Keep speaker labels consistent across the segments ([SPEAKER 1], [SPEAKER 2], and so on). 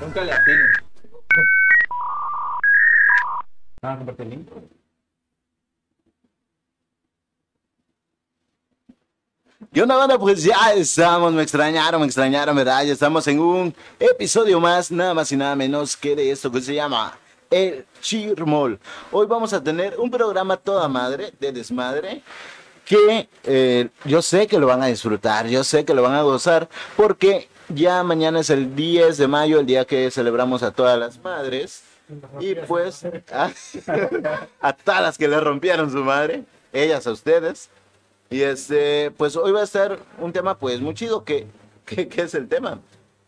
[SPEAKER 1] nunca le atino. ¿Van a compartir el link?
[SPEAKER 2] ¿Qué onda, banda? Pues ya estamos, me extrañaron, me extrañaron, ¿verdad? Ya estamos en un episodio más, nada más y nada menos que de esto que se llama El Chirmol. Hoy vamos a tener un programa toda madre, de desmadre, que eh, yo sé que lo van a disfrutar, yo sé que lo van a gozar, porque ya mañana es el 10 de mayo, el día que celebramos a todas las madres, y pues a, a todas las que le rompieron su madre, ellas a ustedes. Y este, pues hoy va a estar un tema pues muy chido, que, que, que es el tema.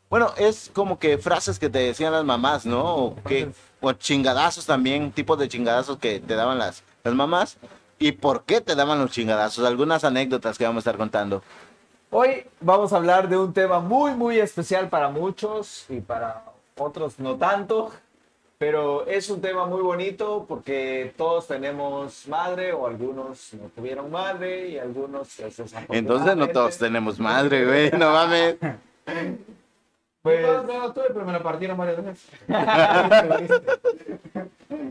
[SPEAKER 2] Bueno, es como que frases que te decían las mamás, ¿no? O, que, o chingadazos también, tipos de chingadazos que te daban las, las mamás. ¿Y por qué te daban los chingadazos? Algunas anécdotas que vamos a estar contando.
[SPEAKER 1] Hoy vamos a hablar de un tema muy, muy especial para muchos y para otros no tanto. Pero es un tema muy bonito porque todos tenemos madre o algunos no tuvieron madre y algunos... pues,
[SPEAKER 2] Entonces no todos
[SPEAKER 1] desafortunadamente,
[SPEAKER 2] tenemos madre, güey, no mames.
[SPEAKER 1] Pues,
[SPEAKER 3] No, no, tuve, pero me la partieron varias veces.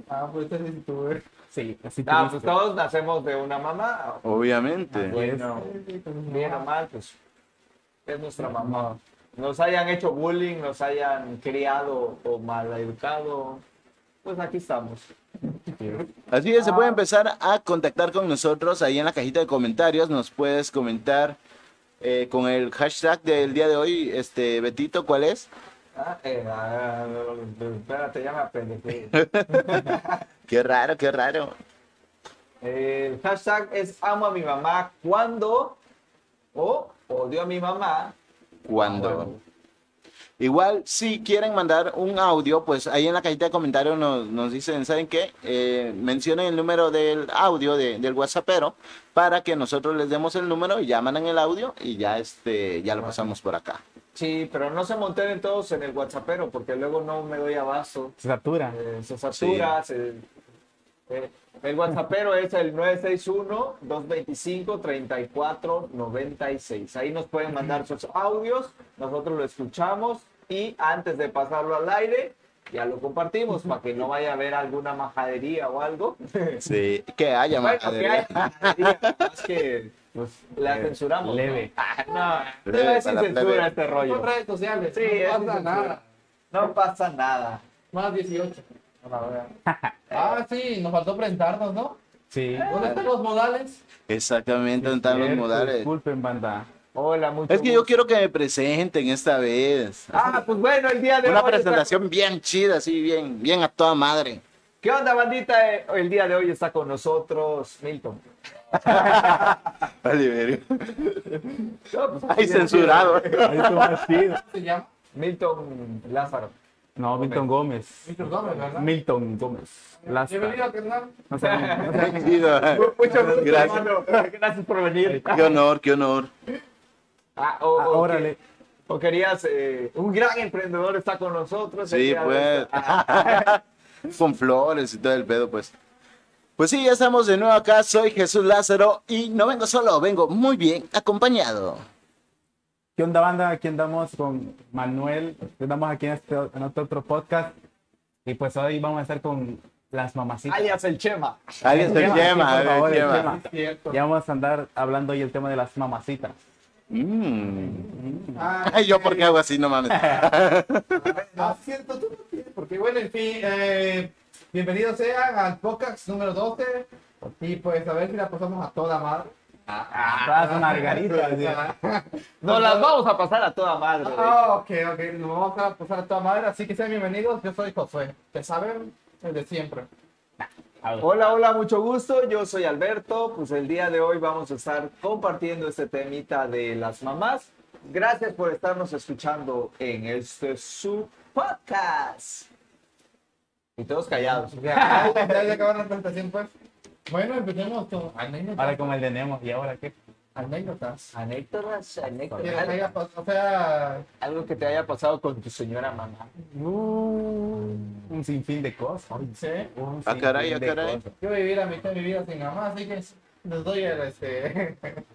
[SPEAKER 3] ah, pues este sí tuve.
[SPEAKER 4] Sí, así
[SPEAKER 1] ah,
[SPEAKER 4] tuviste.
[SPEAKER 1] pues todos nacemos de una mamá.
[SPEAKER 2] Obviamente.
[SPEAKER 1] Bueno, bien o mal, pues es nuestra mamá. Nos hayan hecho bullying, nos hayan criado o mal educado, pues aquí estamos.
[SPEAKER 2] Así es, se puede empezar a contactar con nosotros ahí en la cajita de comentarios. Nos puedes comentar eh, con el hashtag del día de hoy, este Betito, ¿cuál es?
[SPEAKER 1] Ah, eh, ah, espérate, ya me apendejé.
[SPEAKER 2] Qué raro, qué raro.
[SPEAKER 1] El hashtag es amo a mi mamá cuando o odio a mi mamá. Ah,
[SPEAKER 2] cuando. Igual, si quieren mandar un audio, pues ahí en la cajita de comentarios nos, nos dicen, ¿saben qué? Eh, mencionen el número del audio de- del WhatsAppero para que nosotros les demos el número y ya mandan el audio y ya, este, ya lo pasamos por acá.
[SPEAKER 1] Sí, pero no se monten todos en el WhatsAppero porque luego no me doy abasto.
[SPEAKER 4] Se satura.
[SPEAKER 1] Eh, se satura, se- eh, el WhatsAppero es el 961-225-3496. Ahí nos pueden mandar sus audios, nosotros lo escuchamos y antes de pasarlo al aire, ya lo compartimos para que no vaya a haber alguna majadería o algo.
[SPEAKER 2] Sí, que haya
[SPEAKER 1] Bueno, que
[SPEAKER 2] madre.
[SPEAKER 1] hay majadería, más que
[SPEAKER 4] Pues,
[SPEAKER 1] la
[SPEAKER 4] eh,
[SPEAKER 1] censuramos.
[SPEAKER 4] Leve.
[SPEAKER 1] ¿no? Ah, no,
[SPEAKER 2] Leve
[SPEAKER 1] es sin
[SPEAKER 2] para la
[SPEAKER 1] censura
[SPEAKER 2] plebe.
[SPEAKER 1] este
[SPEAKER 3] Son
[SPEAKER 1] rollo.
[SPEAKER 3] redes sociales.
[SPEAKER 1] Sí, es
[SPEAKER 3] no
[SPEAKER 1] sin
[SPEAKER 3] pasa
[SPEAKER 1] censura.
[SPEAKER 3] nada.
[SPEAKER 1] No pasa nada.
[SPEAKER 3] Más 18. Ah, sí, nos faltó presentarnos, ¿no?
[SPEAKER 4] Sí.
[SPEAKER 3] ¿Dónde están los modales?
[SPEAKER 2] Exactamente, donde están los
[SPEAKER 4] Cierto,
[SPEAKER 2] modales.
[SPEAKER 3] pues,
[SPEAKER 4] Disculpen, banda.
[SPEAKER 1] Hola, mucho
[SPEAKER 2] Es que yo
[SPEAKER 1] gusto.
[SPEAKER 2] quiero que me presenten esta vez.
[SPEAKER 1] Ah, pues bueno, el día de hoy.
[SPEAKER 2] Una
[SPEAKER 1] está-
[SPEAKER 2] presentación bien chida, así bien, bien a toda madre.
[SPEAKER 1] ¿Qué onda, bandita? Eh, El día de hoy está con nosotros Milton.
[SPEAKER 2] Oliverio.
[SPEAKER 1] No, pues,
[SPEAKER 2] Ay, censurado.
[SPEAKER 4] Ahí estuvo más chido.
[SPEAKER 3] ¿Cómo se llama?
[SPEAKER 1] Milton Lázaro.
[SPEAKER 4] No, Milton Gómez.
[SPEAKER 3] Víctor Gómez, ¿verdad?
[SPEAKER 4] Milton Gómez. Lasta.
[SPEAKER 3] Bienvenido, carnal.
[SPEAKER 4] No sé, no sé.
[SPEAKER 2] Qué chido.
[SPEAKER 1] Mucho gusto,
[SPEAKER 2] Gracias.
[SPEAKER 1] hermano. Gracias por venir.
[SPEAKER 2] Qué honor, qué honor.
[SPEAKER 1] Ah, o,
[SPEAKER 4] Ah,
[SPEAKER 1] o
[SPEAKER 4] órale.
[SPEAKER 1] que- O querías, eh, un gran emprendedor está con nosotros. el
[SPEAKER 2] Sí,
[SPEAKER 1] día de hoy.
[SPEAKER 2] pues. Con flores y todo el pedo, pues. Pues sí, ya estamos de nuevo acá. Soy Jesús Lázaro y no vengo solo, vengo muy bien acompañado.
[SPEAKER 4] ¿Qué onda, banda? Aquí andamos con Manuel. Estamos aquí en este, en este otro podcast. Y pues hoy vamos a estar con las
[SPEAKER 2] pues.
[SPEAKER 4] mamacitas.
[SPEAKER 1] Alias el Chema.
[SPEAKER 2] Alguien se
[SPEAKER 4] Chema, sí,
[SPEAKER 2] llama,
[SPEAKER 4] por favor,
[SPEAKER 2] alguien se
[SPEAKER 4] el
[SPEAKER 2] llama.
[SPEAKER 4] Chema. Ah, Ya vamos a andar hablando hoy el tema de las mamacitas.
[SPEAKER 2] Mm.
[SPEAKER 3] Ah,
[SPEAKER 2] Ay, yo porque hago así, no mames.
[SPEAKER 3] Ah, cierto, tú no tienes, porque bueno, en fin, eh, bienvenidos sean al podcast número 12. Y pues a ver si la pasamos a toda madre.
[SPEAKER 2] Ah.
[SPEAKER 4] Todas margaritas. ¿sí?
[SPEAKER 1] Nos las vamos a pasar a toda madre.
[SPEAKER 3] Ah, ok, ok, nos vamos a pasar pues, a toda madre, así que sean bienvenidos, yo soy Josué, te saben el de siempre.
[SPEAKER 1] Hola, hola, mucho gusto. Yo soy Alberto. Pues el día de hoy vamos a estar compartiendo este temita de las mamás. Gracias por estarnos escuchando en este su podcast. Y todos callados.
[SPEAKER 3] Ya, ya, ya acabaron la presentación, pues. Bueno, empecemos con
[SPEAKER 4] Ahora
[SPEAKER 3] anécdotas.
[SPEAKER 4] con el de Nemo. ¿Y ahora qué?
[SPEAKER 1] Ah,
[SPEAKER 3] anécdotas.
[SPEAKER 1] Anécdotas,
[SPEAKER 3] Que les
[SPEAKER 1] anécdotas.
[SPEAKER 3] haya pas- o sea,
[SPEAKER 1] Algo que te haya pasado con tu señora mamá.
[SPEAKER 4] un sinfín de cosas.
[SPEAKER 3] sí,
[SPEAKER 4] Un
[SPEAKER 2] Ah, caray,
[SPEAKER 4] sinfín
[SPEAKER 2] ah,
[SPEAKER 4] de
[SPEAKER 2] caray.
[SPEAKER 4] cosas.
[SPEAKER 3] yo viví la mitad de mi vida sin mamá, así que les doy el este.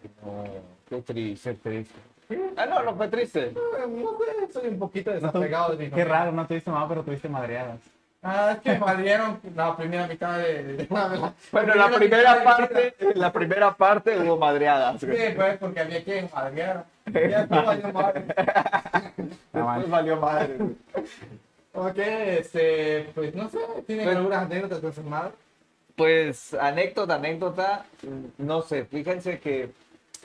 [SPEAKER 1] Qué triste, triste. Ah, no, no fue triste.
[SPEAKER 3] No sé, soy un poquito
[SPEAKER 4] No tu-
[SPEAKER 3] desapegado de mi
[SPEAKER 4] Qué raro, no tuviste mamá, pero tuviste madreadas.
[SPEAKER 3] Ah, es que me valieron la primera mitad de. de- la-
[SPEAKER 1] Bueno, la primera
[SPEAKER 3] mitad de mi
[SPEAKER 1] parte, en la primera parte hubo madreadas.
[SPEAKER 3] vida. Sí, pues, porque había que madrear. Ya estuvo valiendo madre.
[SPEAKER 2] Pues,
[SPEAKER 4] Ah, man.
[SPEAKER 1] Después valió madre.
[SPEAKER 3] Ok, este, pues no sé, ¿tienen
[SPEAKER 1] Bueno.
[SPEAKER 3] algunas anécdotas con su madre?
[SPEAKER 1] Pues anécdota, anécdota, mm, no sé, fíjense que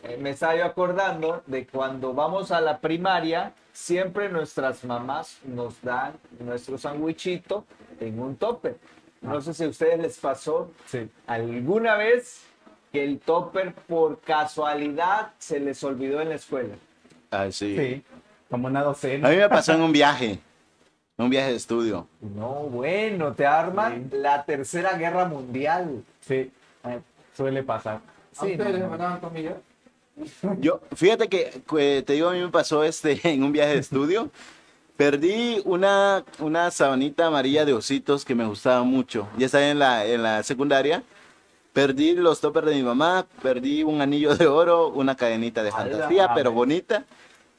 [SPEAKER 1] eh, me estaba yo acordando de cuando vamos a la primaria, siempre nuestras mamás nos dan nuestro sandwichito en un topper. No sé si a ustedes les pasó
[SPEAKER 4] Sí.
[SPEAKER 1] alguna vez que el topper por casualidad se les olvidó en la escuela.
[SPEAKER 2] Ah, sí.
[SPEAKER 4] Sí. Como una
[SPEAKER 2] A mí
[SPEAKER 4] docena.
[SPEAKER 2] me pasó en un viaje, en un viaje de estudio.
[SPEAKER 1] No, bueno, te arman la tercera guerra mundial.
[SPEAKER 4] Sí. eh, Suele pasar.
[SPEAKER 3] ¿A
[SPEAKER 1] Sí,
[SPEAKER 3] ustedes
[SPEAKER 1] no,
[SPEAKER 3] les
[SPEAKER 1] no.
[SPEAKER 3] mandaban comida?
[SPEAKER 2] Yo, fíjate que, que te digo, a mí me pasó este en un viaje de estudio. Perdí una, una sabanita amarilla de ositos que me gustaba mucho. Ya estaba en la, en la secundaria. Perdí los toppers de mi mamá, perdí un anillo de oro, una cadenita de
[SPEAKER 1] la
[SPEAKER 2] fantasía, pero
[SPEAKER 4] madre.
[SPEAKER 2] bonita.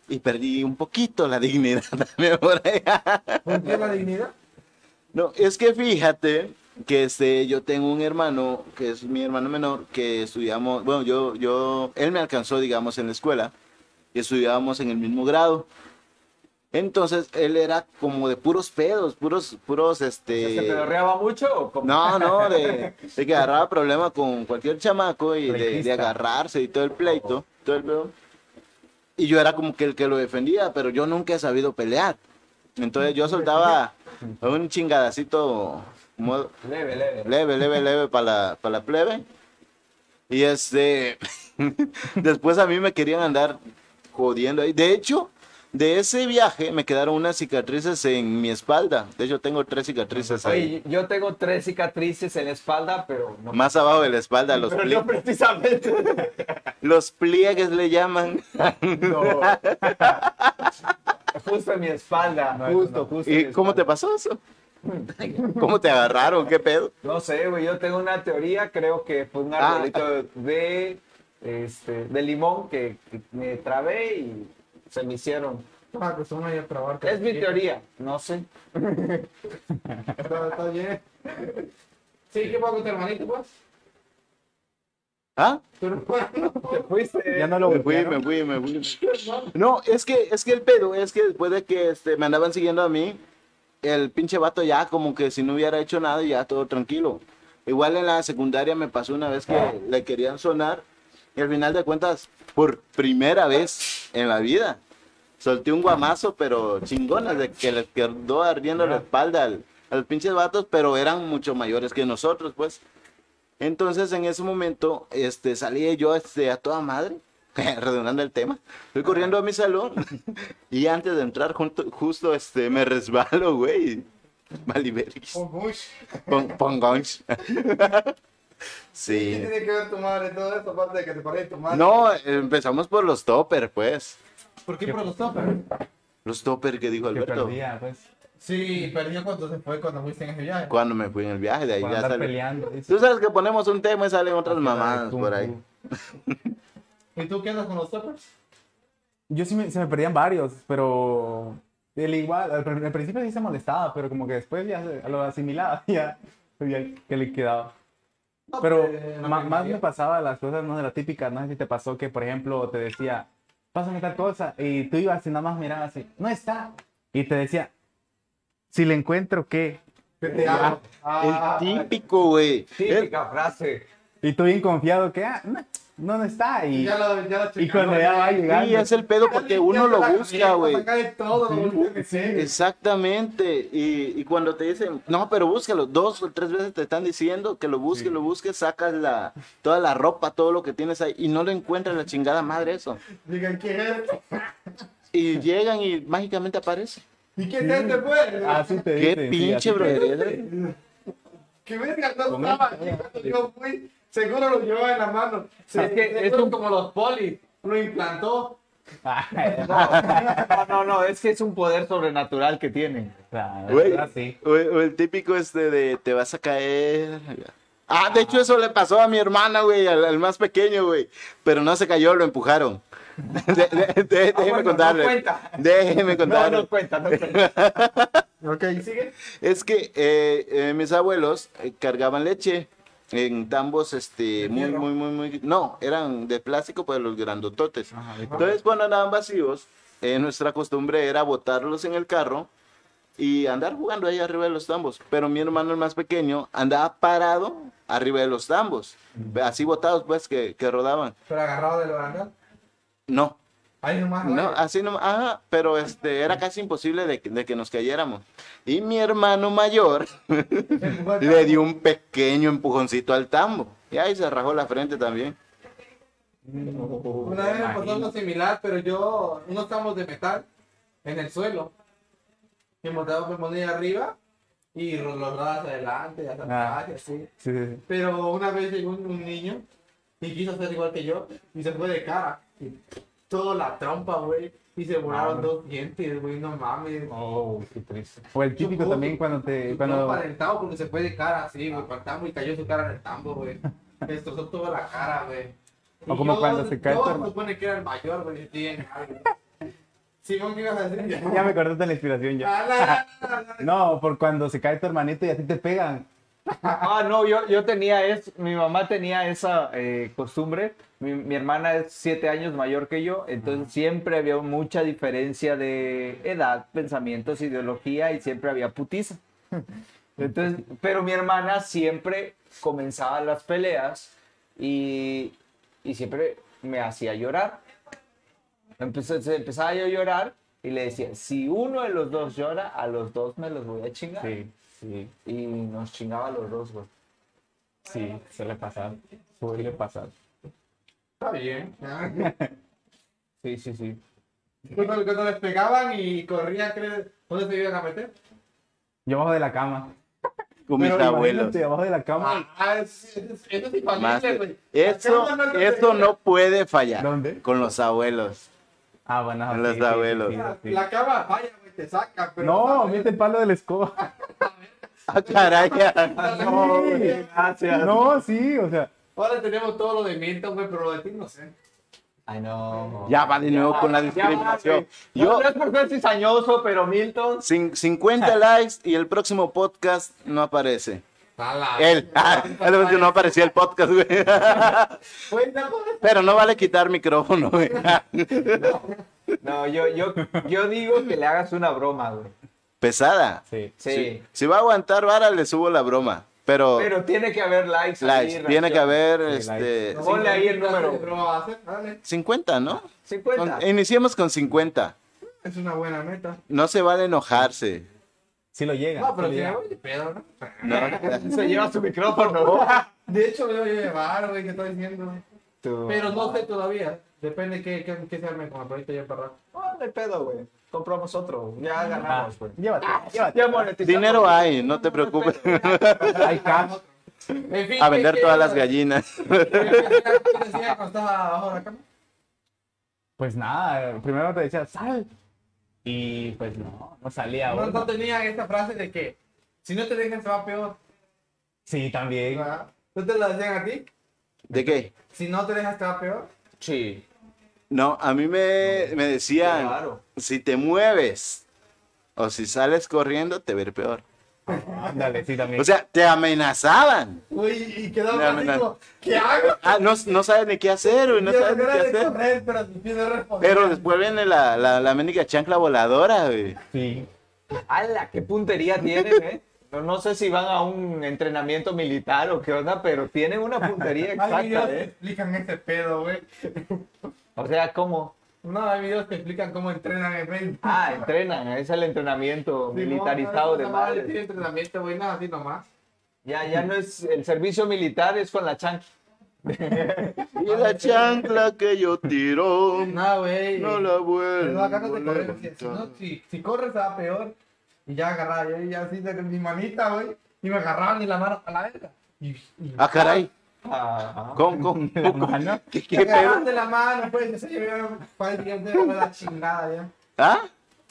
[SPEAKER 2] Y perdí un poquito la dignidad también por allá.
[SPEAKER 3] ¿Por qué la dignidad?
[SPEAKER 2] No, es que fíjate que este, yo tengo un hermano, que es mi hermano menor, que estudiamos, bueno, yo, yo, él me alcanzó, digamos, en la escuela, y estudiábamos en el mismo grado. Entonces, él era como de puros pedos, puros, puros,
[SPEAKER 1] ¿Se
[SPEAKER 2] este...
[SPEAKER 1] pedorreaba mucho o cómo?
[SPEAKER 2] No, no, de, de que agarraba problema con cualquier chamaco y de, de
[SPEAKER 4] Pleitista.
[SPEAKER 2] agarrarse y todo el pleito, todo el pedo. Y yo era como que el que lo defendía, pero yo nunca he sabido pelear. Entonces yo soltaba un chingadacito modo-
[SPEAKER 1] Leve, leve.
[SPEAKER 2] leve, leve, leve para la, pa' la plebe. Y este, después a mí me querían andar jodiendo ahí. De hecho, de ese viaje me quedaron unas cicatrices en mi espalda. De hecho, tengo tres cicatrices pues, ahí.
[SPEAKER 1] Oye, yo tengo tres cicatrices en la espalda, pero no
[SPEAKER 2] Más abajo de la espalda, los,
[SPEAKER 1] pero
[SPEAKER 2] plie-
[SPEAKER 1] no precisamente.
[SPEAKER 2] los pliegues le llaman.
[SPEAKER 1] justo en mi espalda,
[SPEAKER 4] No, eso
[SPEAKER 1] justo,
[SPEAKER 4] no.
[SPEAKER 1] justo. en
[SPEAKER 2] ¿Y
[SPEAKER 1] mi
[SPEAKER 2] cómo te
[SPEAKER 1] espalda.
[SPEAKER 2] pasó eso? ¿Cómo te agarraron? ¿Qué pedo?
[SPEAKER 1] No sé, güey, yo tengo una teoría, creo que fue un
[SPEAKER 2] Ah.
[SPEAKER 1] arbolito de este de limón que, que me trabé y se me hicieron.
[SPEAKER 3] Estaba acostumbrado yo a trabajar. con
[SPEAKER 1] Es mi
[SPEAKER 3] la
[SPEAKER 1] teoría, no sé.
[SPEAKER 3] Está, está bien. Sí, ¿qué pasa con tu hermanito, pues?
[SPEAKER 2] ¿Ah?
[SPEAKER 3] Tu hermano.
[SPEAKER 1] Te fuiste.
[SPEAKER 4] Ya no lo
[SPEAKER 2] Me fui,
[SPEAKER 4] volvieron.
[SPEAKER 2] me fui, me fui. No, es que, es que el pedo, es que después de que este, me andaban siguiendo a mí, el pinche vato ya como que si no hubiera hecho nada, ya todo tranquilo. Igual en la secundaria me pasó una vez que le querían sonar y al final de cuentas, por primera vez en la vida, solté un guamazo, pero chingonas, de que les quedó ardiendo la espalda al- a los pinches vatos, pero eran mucho mayores que nosotros, pues. Entonces, en ese momento, este, salí yo este, a toda madre, redundando el tema. Fui corriendo a mi salón y antes de entrar, junto- justo este, me resbalo, güey. Maliberis.
[SPEAKER 3] Oh, bush.
[SPEAKER 2] Pon- pongonch.
[SPEAKER 3] ¿Qué
[SPEAKER 2] Sí.
[SPEAKER 3] tiene que ver tu madre en todo esto, aparte de que te parece tu madre?
[SPEAKER 2] No, empezamos por los topper, pues.
[SPEAKER 3] ¿Por qué por los toppers?
[SPEAKER 2] Los topper que dijo
[SPEAKER 4] Que
[SPEAKER 2] Alberto.
[SPEAKER 4] perdía, pues.
[SPEAKER 3] Sí, perdió cuando se fue cuando fuiste en ese viaje.
[SPEAKER 2] Cuando me fui en el viaje, de ahí
[SPEAKER 4] Por
[SPEAKER 2] ya
[SPEAKER 4] andar
[SPEAKER 2] sale.
[SPEAKER 4] peleando. dice.
[SPEAKER 2] Tú sabes que ponemos un tema y salen otras mamadas
[SPEAKER 4] Kung
[SPEAKER 2] por
[SPEAKER 4] Fu.
[SPEAKER 2] ahí.
[SPEAKER 3] ¿Y tú qué andas con los toppers?
[SPEAKER 4] Yo sí me, se me perdían varios, pero él igual, al, pr- al principio sí se molestaba, pero como que después ya se- lo asimilaba, ya, pues ya que le quedaba.
[SPEAKER 3] No,
[SPEAKER 4] Pero
[SPEAKER 3] pues,
[SPEAKER 4] ma-
[SPEAKER 3] no
[SPEAKER 4] más
[SPEAKER 3] quería.
[SPEAKER 4] me pasaba las cosas, no de la típica, no sé si te pasó que, por ejemplo, te decía, pásame tal cosa, y tú ibas y nada más mirabas así, no está, y te decía, si le encuentro, ¿qué?
[SPEAKER 3] ¿Qué te hago?
[SPEAKER 2] El
[SPEAKER 3] Ah,
[SPEAKER 2] típico, güey. El-
[SPEAKER 1] Típica frase.
[SPEAKER 4] Y tú bien confiado que, ah, no, no, no está, y,
[SPEAKER 3] ya lo, ya lo
[SPEAKER 4] y
[SPEAKER 3] checaron.
[SPEAKER 4] cuando ya va llegando,
[SPEAKER 2] Sí, es el pedo porque uno lo busca, güey.
[SPEAKER 3] Acá de todo, güey.
[SPEAKER 2] Exactamente. Y, y cuando te dicen, no, pero búscalo, dos o tres veces te están diciendo que lo busques, lo busques, sacas la, toda la ropa, todo lo que tienes ahí y no lo encuentras, la chingada madre eso.
[SPEAKER 3] Digan, ¿qué es esto?
[SPEAKER 2] Y llegan y mágicamente aparece.
[SPEAKER 3] ¿Y qué es esto, pues?
[SPEAKER 4] así te
[SPEAKER 2] Qué
[SPEAKER 4] dicen, sí, así
[SPEAKER 2] pinche
[SPEAKER 4] te-
[SPEAKER 2] brodería.
[SPEAKER 3] Que verga, no
[SPEAKER 4] Comer.
[SPEAKER 3] estaba aquí cuando yo fui. Seguro lo llevaba en la mano. Se,
[SPEAKER 1] Es que
[SPEAKER 3] seguro
[SPEAKER 1] es un-
[SPEAKER 3] como los polis. Lo implantó.
[SPEAKER 4] Ay,
[SPEAKER 1] No, no, no, es que es un poder sobrenatural que tienen.
[SPEAKER 4] claro, ah,
[SPEAKER 2] Güey,
[SPEAKER 4] así.
[SPEAKER 2] o, o el típico este de te vas a caer. Ah, de hecho eso le pasó a mi hermana, güey, al, al más pequeño, güey. Pero no se cayó, lo empujaron. De- de- de- déjeme
[SPEAKER 1] Ah, bueno, no
[SPEAKER 2] contarle.
[SPEAKER 1] cuenta.
[SPEAKER 2] déjeme
[SPEAKER 1] No,
[SPEAKER 2] contarle.
[SPEAKER 1] no cuenta, no cuenta.
[SPEAKER 3] Ok, sigue.
[SPEAKER 2] Es que eh, eh, mis abuelos eh, cargaban leche en tambos, este, muy,
[SPEAKER 3] fierro?
[SPEAKER 2] muy, muy, muy. No, eran de plástico, pero los grandototes.
[SPEAKER 4] Ajá, de-
[SPEAKER 2] Entonces, cuando andaban vacíos, eh, nuestra costumbre era botarlos en el carro y andar jugando ahí arriba de los tambos. Pero mi hermano, el más pequeño, andaba parado arriba de los tambos, así botados, pues, que, que rodaban.
[SPEAKER 3] Pero agarrado del barandal.
[SPEAKER 2] No,
[SPEAKER 3] Ahí
[SPEAKER 4] Ah,
[SPEAKER 3] nomás.
[SPEAKER 2] no,
[SPEAKER 3] güey.
[SPEAKER 2] así no, ajá, pero este, era casi imposible de, que- de que nos cayéramos. Y mi hermano mayor
[SPEAKER 3] Empujó el
[SPEAKER 2] le dio un pequeño empujoncito al tambo. Y ahí se rajó la frente también.
[SPEAKER 3] Una vez me pasó algo similar, pero yo, unos tambos de metal en el suelo. Que montaba por moneda arriba y lo rodaba hacia adelante, hacia
[SPEAKER 4] Ah.
[SPEAKER 3] atrás, y así.
[SPEAKER 4] Sí, sí, sí.
[SPEAKER 3] Pero una vez llegó un, un niño y quiso hacer igual que yo y se fue de cara. Y Todo la trompa, güey. Y se volaron dos dientes, güey, no mames.
[SPEAKER 1] Oh, qué triste.
[SPEAKER 4] O el típico
[SPEAKER 3] Yo-
[SPEAKER 4] también cuando te.
[SPEAKER 3] Su
[SPEAKER 4] Cuando...
[SPEAKER 3] trompa del tambo porque se fue de cara, así, güey, para el tambo y cayó su cara en el tambo, güey. Destrozó toda la cara, güey.
[SPEAKER 4] O
[SPEAKER 3] Y
[SPEAKER 4] como
[SPEAKER 3] yo-
[SPEAKER 4] cuando se cae tu
[SPEAKER 3] Yo se
[SPEAKER 4] hermano.
[SPEAKER 3] supone que era el mayor, güey, y tiene Simón, ¿qué ibas a decir?
[SPEAKER 4] Ya me cortaste la inspiración ya.
[SPEAKER 3] Ah, no, no, no, no.
[SPEAKER 4] No, por cuando se cae tu hermanito y a ti te pegan.
[SPEAKER 1] Ah, no, yo, yo tenía eso, mi mamá tenía esa eh, costumbre, mi, mi hermana es siete años mayor que yo, entonces siempre había mucha diferencia de edad, pensamientos, ideología y siempre había putiza. Entonces, pero mi hermana siempre comenzaba las peleas y, y siempre me hacía llorar. Empezó- se- empezaba yo a llorar y le decía, si uno de los dos llora, a los dos me los voy a chingar.
[SPEAKER 4] Sí, sí,
[SPEAKER 1] Y nos chingaba a los dos, güey.
[SPEAKER 4] sí, suele pasar. Suele pasar.
[SPEAKER 3] Está bien.
[SPEAKER 1] Sí, sí, sí.
[SPEAKER 3] Cuando, cuando les pegaban y corrían, ¿crees? ¿dónde se iban a meter?
[SPEAKER 4] Yo abajo de la cama.
[SPEAKER 2] Con mis
[SPEAKER 4] Pero
[SPEAKER 2] abuelos.
[SPEAKER 4] imagínate, abajo de la cama.
[SPEAKER 3] Ah, es, es, eso es
[SPEAKER 2] Más-
[SPEAKER 3] infantil, güey.
[SPEAKER 2] Eso,
[SPEAKER 3] Acá no-
[SPEAKER 2] eso no puede fallar.
[SPEAKER 4] ¿Dónde?
[SPEAKER 2] Con los abuelos.
[SPEAKER 4] Ah, bueno.
[SPEAKER 2] Con los
[SPEAKER 4] sí, sí, sí,
[SPEAKER 2] abuelos.
[SPEAKER 4] sí, sí.
[SPEAKER 3] La cama falla, güey, te saca, pero.
[SPEAKER 4] No, mete el palo de la escoba.
[SPEAKER 2] Ah, caray.
[SPEAKER 4] No, güey.
[SPEAKER 1] Gracias.
[SPEAKER 4] No, sí, o sea.
[SPEAKER 3] Ahora tenemos todo lo de Milton, güey, pero lo de ti no sé.
[SPEAKER 1] Ay, no.
[SPEAKER 2] Ya va de nuevo con la discriminación.
[SPEAKER 1] Yo... No,
[SPEAKER 2] Yo,
[SPEAKER 1] no es por ser cizañoso, pero Milton.
[SPEAKER 2] cin- 50 likes y el próximo podcast no aparece.
[SPEAKER 3] A la-
[SPEAKER 2] Él. Ah, él no apareció el podcast, güey.
[SPEAKER 3] Cuenta, güey.
[SPEAKER 2] Pero no vale quitar micrófono, güey.
[SPEAKER 1] No, yo, yo, yo digo que le hagas una broma, güey.
[SPEAKER 2] Pesada.
[SPEAKER 4] Sí.
[SPEAKER 1] Sí.
[SPEAKER 2] Si va a aguantar vara, le subo la broma. Pero,
[SPEAKER 1] Pero tiene que haber likes.
[SPEAKER 2] likes,
[SPEAKER 1] ahí,
[SPEAKER 2] tiene
[SPEAKER 1] reacción.
[SPEAKER 2] que haber
[SPEAKER 4] Sí,
[SPEAKER 2] este,
[SPEAKER 1] likes. Ponle ahí el número.
[SPEAKER 3] Pero va a hacer, dale.
[SPEAKER 2] 50, ¿no?
[SPEAKER 1] 50.
[SPEAKER 2] Con- iniciemos con 50.
[SPEAKER 3] Es una buena meta.
[SPEAKER 2] No se vale enojarse.
[SPEAKER 4] Sí lo llega.
[SPEAKER 3] No, pero
[SPEAKER 4] sí
[SPEAKER 3] si
[SPEAKER 4] lo llega.
[SPEAKER 3] hago de pedo, ¿no?
[SPEAKER 1] Se lleva su micrófono.
[SPEAKER 3] De hecho, me voy a llevar, güey, que está diciendo.
[SPEAKER 1] Tú.
[SPEAKER 3] Pero no sé todavía. Depende qué, qué, qué se arme con el proyecto ya para.
[SPEAKER 1] No, no hay pedo, güey. Compramos otro. Ya
[SPEAKER 4] Ah,
[SPEAKER 1] ganamos,
[SPEAKER 3] pues,
[SPEAKER 1] güey.
[SPEAKER 4] Llévate, llévate.
[SPEAKER 1] Ya monetizamos.
[SPEAKER 2] Dinero hay, no te preocupes.
[SPEAKER 4] Hay cash.
[SPEAKER 3] En fin, ¿qué
[SPEAKER 2] A vender
[SPEAKER 3] quieres?
[SPEAKER 2] todas las gallinas.
[SPEAKER 3] ¿Qué decía cuando estaba abajo de la cama?
[SPEAKER 4] Pues nada, primero te decía, sal. Y pues no, no salía.
[SPEAKER 3] No,
[SPEAKER 4] uno.
[SPEAKER 3] no tenía esta frase de que si no te dejan se va peor.
[SPEAKER 4] Sí, también.
[SPEAKER 3] ¿verdad? ¿No te la decían a ti?
[SPEAKER 2] ¿De qué?
[SPEAKER 3] Si no te dejas te va peor.
[SPEAKER 1] Sí.
[SPEAKER 2] No, a mí me, me decían,
[SPEAKER 1] Claro.
[SPEAKER 2] si te mueves o si sales corriendo, te ver peor.
[SPEAKER 4] Ándale, sí, también.
[SPEAKER 2] O sea, te amenazaban.
[SPEAKER 3] Uy, y
[SPEAKER 2] No,
[SPEAKER 3] quedaba así
[SPEAKER 2] no, no.
[SPEAKER 3] como, ¿qué hago?
[SPEAKER 2] Ah, no, no sabes ni qué hacer, güey, no
[SPEAKER 3] Yo
[SPEAKER 2] sabes ni
[SPEAKER 3] era
[SPEAKER 2] qué
[SPEAKER 3] de
[SPEAKER 2] hacer.
[SPEAKER 3] correr, pero mis pies no respondían.
[SPEAKER 2] Pero después viene la, la, la ménica chancla voladora, güey.
[SPEAKER 4] Sí.
[SPEAKER 1] ¡Hala! ¡Qué puntería tienen, eh! No, no sé si van a un entrenamiento militar o qué onda, pero tienen una puntería
[SPEAKER 3] Hay videos
[SPEAKER 1] exacta,
[SPEAKER 3] que
[SPEAKER 1] ¿eh?
[SPEAKER 3] explican este pedo, güey.
[SPEAKER 1] O sea, ¿cómo?
[SPEAKER 3] No, hay videos que explican cómo entrenan en Facebook.
[SPEAKER 1] Ah, entrenan, es el entrenamiento militarizado de
[SPEAKER 3] Tiene
[SPEAKER 1] madre.
[SPEAKER 3] entrenamiento, güey, nada así nomás.
[SPEAKER 1] Ya, ya no es el servicio militar, es con la chanqui.
[SPEAKER 2] Y la chancla que yo tiro,
[SPEAKER 3] Nada, güey.
[SPEAKER 2] no la
[SPEAKER 3] Pero
[SPEAKER 2] vuelvo.
[SPEAKER 3] acá no te corres.
[SPEAKER 2] a
[SPEAKER 3] Si, si no, si, si corres, se va peor. Y ya agarraba, yo ya así de mi manita, güey. Y me agarraban y la mano a la verga. Y, y-
[SPEAKER 2] Ah, caray.
[SPEAKER 1] Ah,
[SPEAKER 2] ¿Cómo, cómo, cómo? ¿Qué,
[SPEAKER 3] Me
[SPEAKER 2] qué pedo?
[SPEAKER 3] agarraban de la mano, pues. Yo sé, yo me voy a la chingada ya.
[SPEAKER 2] ¿Ah?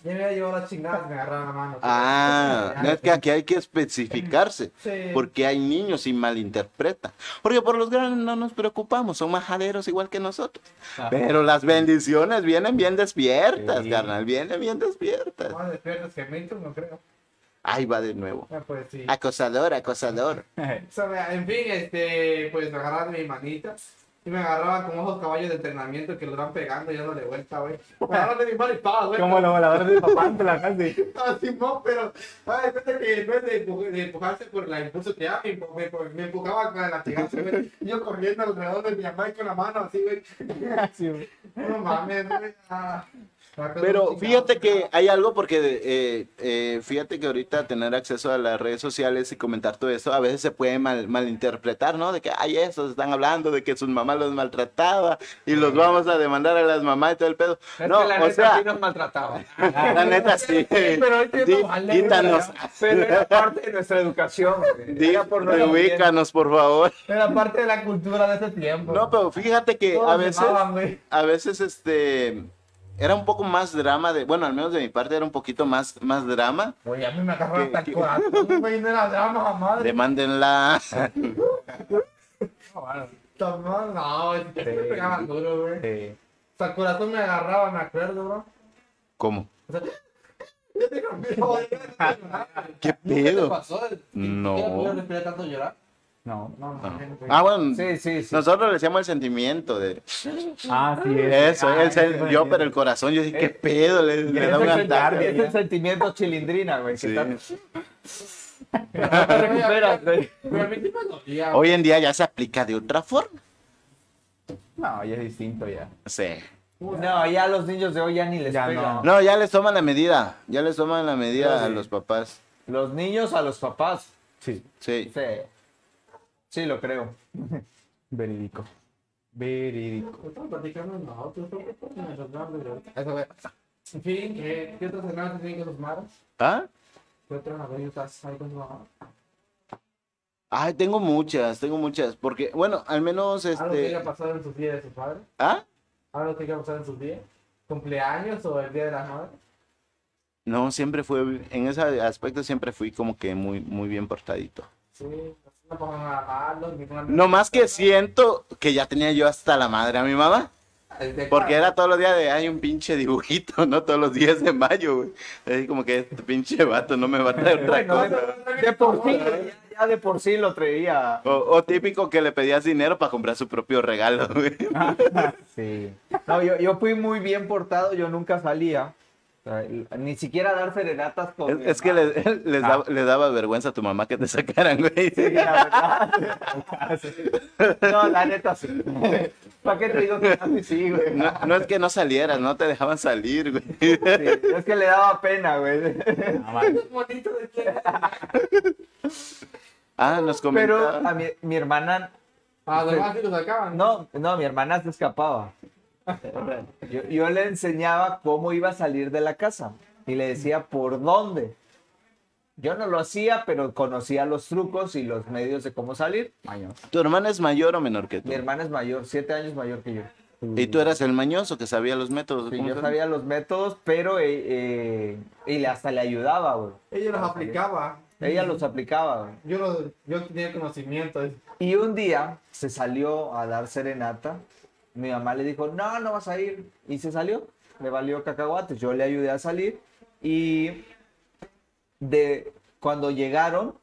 [SPEAKER 3] Ya me había llevado las chingadas, me agarraron la mano. pues.
[SPEAKER 2] Ah,
[SPEAKER 3] Ya,
[SPEAKER 2] no, es que aquí hay que especificarse,
[SPEAKER 3] Sí.
[SPEAKER 2] porque hay niños y malinterpretan. Porque por los grandes no nos preocupamos, son majaderos igual que nosotros. Pero las bendiciones vienen bien despiertas,
[SPEAKER 4] Sí.
[SPEAKER 2] carnal, vienen bien despiertas.
[SPEAKER 3] Más despiertos que Milton, no creo.
[SPEAKER 2] Ahí va de nuevo.
[SPEAKER 3] Ah, pues sí.
[SPEAKER 2] Acosador, acosador.
[SPEAKER 3] O sea, en fin, este, pues me agarraban mi manita y me agarraban como esos caballos de entrenamiento que lo van pegando y dándole vuelta, güey. Me agarraban de mi mano y pa, güey.
[SPEAKER 4] Como los voladores de Papantla, casi.
[SPEAKER 3] Ah, Simón, pero ah, de repente que en vez de, empuj- de empujarse por la impulso que daba, me, empu- me, empu- me empujaba con la latigazo, güey. Y Yo corriendo alrededor de mi mamá y con la mano así, güey.
[SPEAKER 4] Así, güey.
[SPEAKER 3] No mames, güey. Ah, la cosa
[SPEAKER 2] Pero
[SPEAKER 3] muy
[SPEAKER 2] fíjate que
[SPEAKER 3] chingada.
[SPEAKER 2] hay algo porque eh, eh, fíjate que ahorita tener acceso a las redes sociales y comentar todo eso a veces se puede mal- malinterpretar, ¿no? De que hay esos están hablando de que sus mamás los maltrataba y los vamos a demandar a las mamás y todo el pedo.
[SPEAKER 1] Es
[SPEAKER 2] no,
[SPEAKER 1] que la
[SPEAKER 2] o
[SPEAKER 1] neta
[SPEAKER 2] sea,
[SPEAKER 1] sí nos maltrataba.
[SPEAKER 2] la neta sí.
[SPEAKER 1] Pero ahorita ya
[SPEAKER 2] Di-
[SPEAKER 1] no vale, güey,
[SPEAKER 2] quítanos,
[SPEAKER 1] Pero era parte de nuestra educación. güey.
[SPEAKER 2] di-
[SPEAKER 1] Era por nuestro bien.
[SPEAKER 2] reubícanos, por favor.
[SPEAKER 3] Era parte de la cultura de ese tiempo.
[SPEAKER 2] No, pero fíjate que
[SPEAKER 3] Todos
[SPEAKER 2] a veces
[SPEAKER 3] llamaban, güey.
[SPEAKER 2] a veces este era un poco más drama de, bueno, al menos de mi parte era un poquito más más drama.
[SPEAKER 3] Güey, a mí me agarró
[SPEAKER 2] ¿Qué-
[SPEAKER 3] hasta el
[SPEAKER 2] qué?
[SPEAKER 3] corazón, güey, no era drama,
[SPEAKER 1] Ah,
[SPEAKER 3] madre.
[SPEAKER 2] Demándenla.
[SPEAKER 3] Puta madre, No, es que me pegaban duro, güey.
[SPEAKER 4] Sí.
[SPEAKER 3] Hasta el corazón me agarraba, me acuerdo, bro.
[SPEAKER 2] ¿Cómo?
[SPEAKER 3] O sea, yo te cambié, joder, yo no tengo nada.
[SPEAKER 2] ¿Qué
[SPEAKER 3] ¿Nunca te
[SPEAKER 2] pedo?
[SPEAKER 3] pasó? ¿Qué-
[SPEAKER 4] Mm.
[SPEAKER 2] No.
[SPEAKER 3] qué pudieron esperar tanto llorar?
[SPEAKER 4] No.
[SPEAKER 3] No, no, no, güey.
[SPEAKER 2] Ah, bueno.
[SPEAKER 1] Sí, sí, sí.
[SPEAKER 2] Nosotros le decíamos el sentimiento de
[SPEAKER 4] Ah, sí,
[SPEAKER 2] eso,
[SPEAKER 4] Ah,
[SPEAKER 2] el sen-
[SPEAKER 4] sí, güey.
[SPEAKER 2] yo pero el corazón, yo dije, qué
[SPEAKER 1] Eh,
[SPEAKER 2] pedo, le, le da
[SPEAKER 1] es
[SPEAKER 2] un
[SPEAKER 1] el,
[SPEAKER 2] ataque.
[SPEAKER 1] es el sentimiento chilindrina, güey. que
[SPEAKER 2] Sí.
[SPEAKER 1] tal- no te recuperas, güey.
[SPEAKER 3] Pero a mí sí me dolía,
[SPEAKER 2] Hoy en día ya se aplica de otra forma.
[SPEAKER 4] No, ya es distinto ya.
[SPEAKER 2] Sí.
[SPEAKER 1] No, ya los niños de hoy ya ni les
[SPEAKER 4] Ya
[SPEAKER 1] pegan.
[SPEAKER 4] no.
[SPEAKER 2] No, ya les toman la medida, ya les toman la medida a los papás.
[SPEAKER 1] Los niños a los papás.
[SPEAKER 4] Sí,
[SPEAKER 2] Sí.
[SPEAKER 1] Sí. Sí, lo creo.
[SPEAKER 4] verídico. Verídico.
[SPEAKER 5] Pues
[SPEAKER 3] Estaban platicando en la otra, estaban platicando en el celular, güey. Eso, güey. En fin, ¿qué, qué otras escenas tienen con sus madres?
[SPEAKER 2] ¿Ah?
[SPEAKER 3] ¿Qué otras anécdotas hay con su mamá?
[SPEAKER 2] Ay, tengo muchas, tengo muchas, porque, bueno, al menos
[SPEAKER 3] ¿Algo que haya
[SPEAKER 2] este...
[SPEAKER 3] pasado en sus días de su padre?
[SPEAKER 2] ¿Ah?
[SPEAKER 3] ¿Algo que haya pasado en sus días? ¿Cumpleaños o el día de las madres?
[SPEAKER 2] No, siempre fue, en ese aspecto siempre fui como que muy, muy bien portadito.
[SPEAKER 3] Sí, no pasó nada malo, ninguna-
[SPEAKER 2] No más que siento que ya tenía yo hasta la madre a mi mamá.
[SPEAKER 3] El de-
[SPEAKER 2] Porque era todos los días de hay un pinche dibujito, ¿no? Todos los días de mayo, güey. Así como que este pinche vato no me va a traer otra
[SPEAKER 1] Bueno,
[SPEAKER 2] cosa.
[SPEAKER 1] de, de por sí, ya, ya de por sí lo traía.
[SPEAKER 2] O, o típico que le pedías dinero para comprar su propio regalo, güey.
[SPEAKER 1] Ah,
[SPEAKER 4] Sí.
[SPEAKER 1] No, yo, yo fui muy bien portado, yo nunca salía. O sea, Ni siquiera a dar serenatas con.
[SPEAKER 2] Es,
[SPEAKER 1] mi
[SPEAKER 2] es que
[SPEAKER 1] hermano.
[SPEAKER 2] le- les, daba, le daba vergüenza a tu mamá que te sacaran, güey.
[SPEAKER 1] Ah. Sí, la verdad. No, la neta sí. ¿Para qué te digo que no? Sí, güey.
[SPEAKER 2] No, no es que no salieras, no te dejaban salir, güey.
[SPEAKER 1] Sí, es que le daba pena, güey.
[SPEAKER 4] No, man.
[SPEAKER 3] bonito de que-
[SPEAKER 2] Ah, nos
[SPEAKER 1] Pero
[SPEAKER 2] comentaba.
[SPEAKER 1] a mi, mi hermana,
[SPEAKER 3] Ah, los demás sí los sacaban.
[SPEAKER 1] no, no, mi hermana se escapaba. Yo, yo le enseñaba cómo iba a salir de la casa y le decía por dónde. Yo no lo hacía, pero conocía los trucos y los medios de cómo salir.
[SPEAKER 4] Maños.
[SPEAKER 2] ¿Tu hermana es mayor o menor que Ah, tú?
[SPEAKER 1] Mi hermana es mayor, siete años mayor que yo.
[SPEAKER 2] Y tú eras el mañoso que sabía los métodos.
[SPEAKER 1] Sí,
[SPEAKER 2] ¿cómo
[SPEAKER 1] yo
[SPEAKER 2] se-
[SPEAKER 1] sabía los métodos, pero eh, eh, y le- hasta le ayudaba, güey.
[SPEAKER 3] Ella los aplicaba.
[SPEAKER 1] Ella los aplicaba, güey.
[SPEAKER 3] Yo, los, yo tenía conocimiento. de-
[SPEAKER 1] Y un día se salió a dar serenata. Mi mamá le dijo, no, no vas a ir. Y se salió. Le valió cacahuates. Yo le ayudé a salir. Y de cuando llegaron,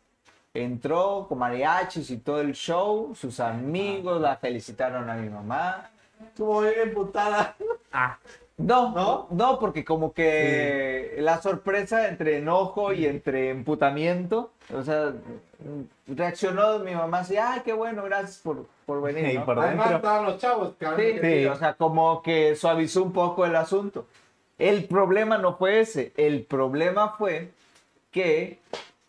[SPEAKER 1] entró con mariachis y todo el show. Sus
[SPEAKER 4] Ah.
[SPEAKER 1] amigos la felicitaron a mi mamá.
[SPEAKER 3] Como bien emputada.
[SPEAKER 4] Ah.
[SPEAKER 1] No,
[SPEAKER 3] ¿No?
[SPEAKER 1] no, porque como que la sorpresa entre enojo y entre emputamiento, o sea, reaccionó mi mamá así, ay, qué bueno, gracias por, por venir.
[SPEAKER 4] Y
[SPEAKER 1] ¿no?
[SPEAKER 4] por
[SPEAKER 3] Además
[SPEAKER 4] dentro.
[SPEAKER 3] estaban los chavos. cabrón,
[SPEAKER 1] Sí,
[SPEAKER 3] que-
[SPEAKER 1] sí, o sea, como que suavizó un poco el asunto. El problema no fue ese, el problema fue que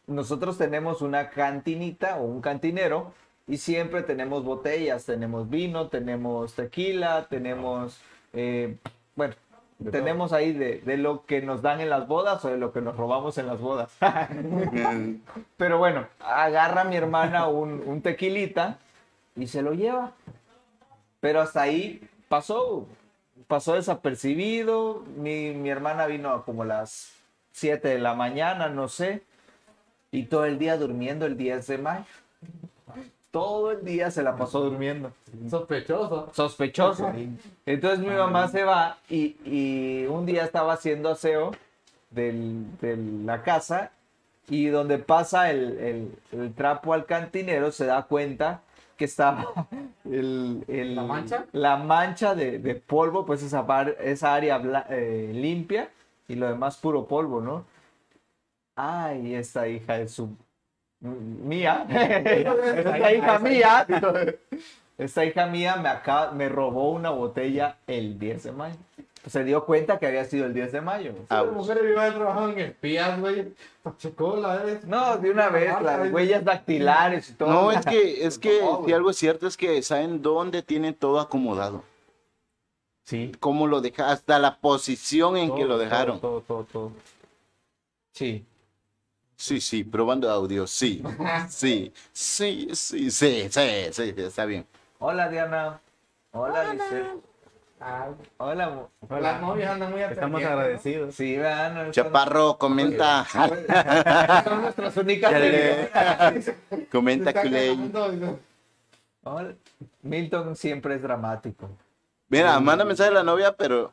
[SPEAKER 1] nosotros tenemos una cantinita o un cantinero y siempre tenemos botellas, tenemos vino, tenemos tequila, tenemos, eh, bueno, tenemos ahí de, de lo que nos dan en las bodas o de lo que nos robamos en las bodas. Pero bueno, agarra mi hermana un, un tequilita y se lo lleva. Pero hasta ahí pasó. pasó desapercibido. Mi, mi hermana vino como a las 7 de la mañana, no sé. Y todo el día durmiendo el 10 de mayo. Todo el día se la pasó durmiendo.
[SPEAKER 4] Mm.
[SPEAKER 5] Sospechoso.
[SPEAKER 1] Sospechoso. Entonces mi mamá se va y, y un día estaba haciendo aseo del- de la casa y donde pasa el, el- el trapo al cantinero se da cuenta que estaba el- el-
[SPEAKER 5] ¿La mancha?
[SPEAKER 1] la mancha de, de polvo, pues esa, par- esa área bla- eh, limpia y lo demás puro polvo, ¿no? Ay, esta hija de su... Mía. esta hija mía. Esta hija mía me, acaba- me robó una botella el 10 de mayo. Pues se dio cuenta que había sido el 10 de mayo.
[SPEAKER 5] Las
[SPEAKER 2] Ouch.
[SPEAKER 5] mujeres iban a trabajar en espías, güey. Pachacola,
[SPEAKER 3] ¿eh?
[SPEAKER 5] eres.
[SPEAKER 1] No, de una vez, las huellas dactilares y todo.
[SPEAKER 2] No, es que, es que
[SPEAKER 1] No,
[SPEAKER 2] si
[SPEAKER 1] güey.
[SPEAKER 2] algo es cierto es que saben dónde tienen todo acomodado.
[SPEAKER 4] Sí.
[SPEAKER 2] Cómo lo deja, hasta la posición en que
[SPEAKER 4] Todo,
[SPEAKER 2] lo dejaron.
[SPEAKER 4] Todo, todo, todo. todo.
[SPEAKER 1] Sí.
[SPEAKER 2] Sí, sí, probando audio, sí. Sí, sí, sí, sí, sí, sí, sí, está bien.
[SPEAKER 1] Hola, Diana. Hola, Lisette.
[SPEAKER 5] Ah,
[SPEAKER 1] Hola. mo-
[SPEAKER 5] Las novias andan muy
[SPEAKER 4] Estamos
[SPEAKER 5] atendidas, ¿no?
[SPEAKER 4] agradecidos.
[SPEAKER 1] Sí, vean. no están-
[SPEAKER 2] Chaparro, comenta,
[SPEAKER 1] Son nuestras únicas.
[SPEAKER 2] Ya le-
[SPEAKER 1] seguidoras.
[SPEAKER 2] comenta,
[SPEAKER 5] Está
[SPEAKER 2] Culey.
[SPEAKER 5] cagando, digo.
[SPEAKER 1] Hola. Milton siempre es dramático.
[SPEAKER 2] Mira, manda mensaje a la novia, pero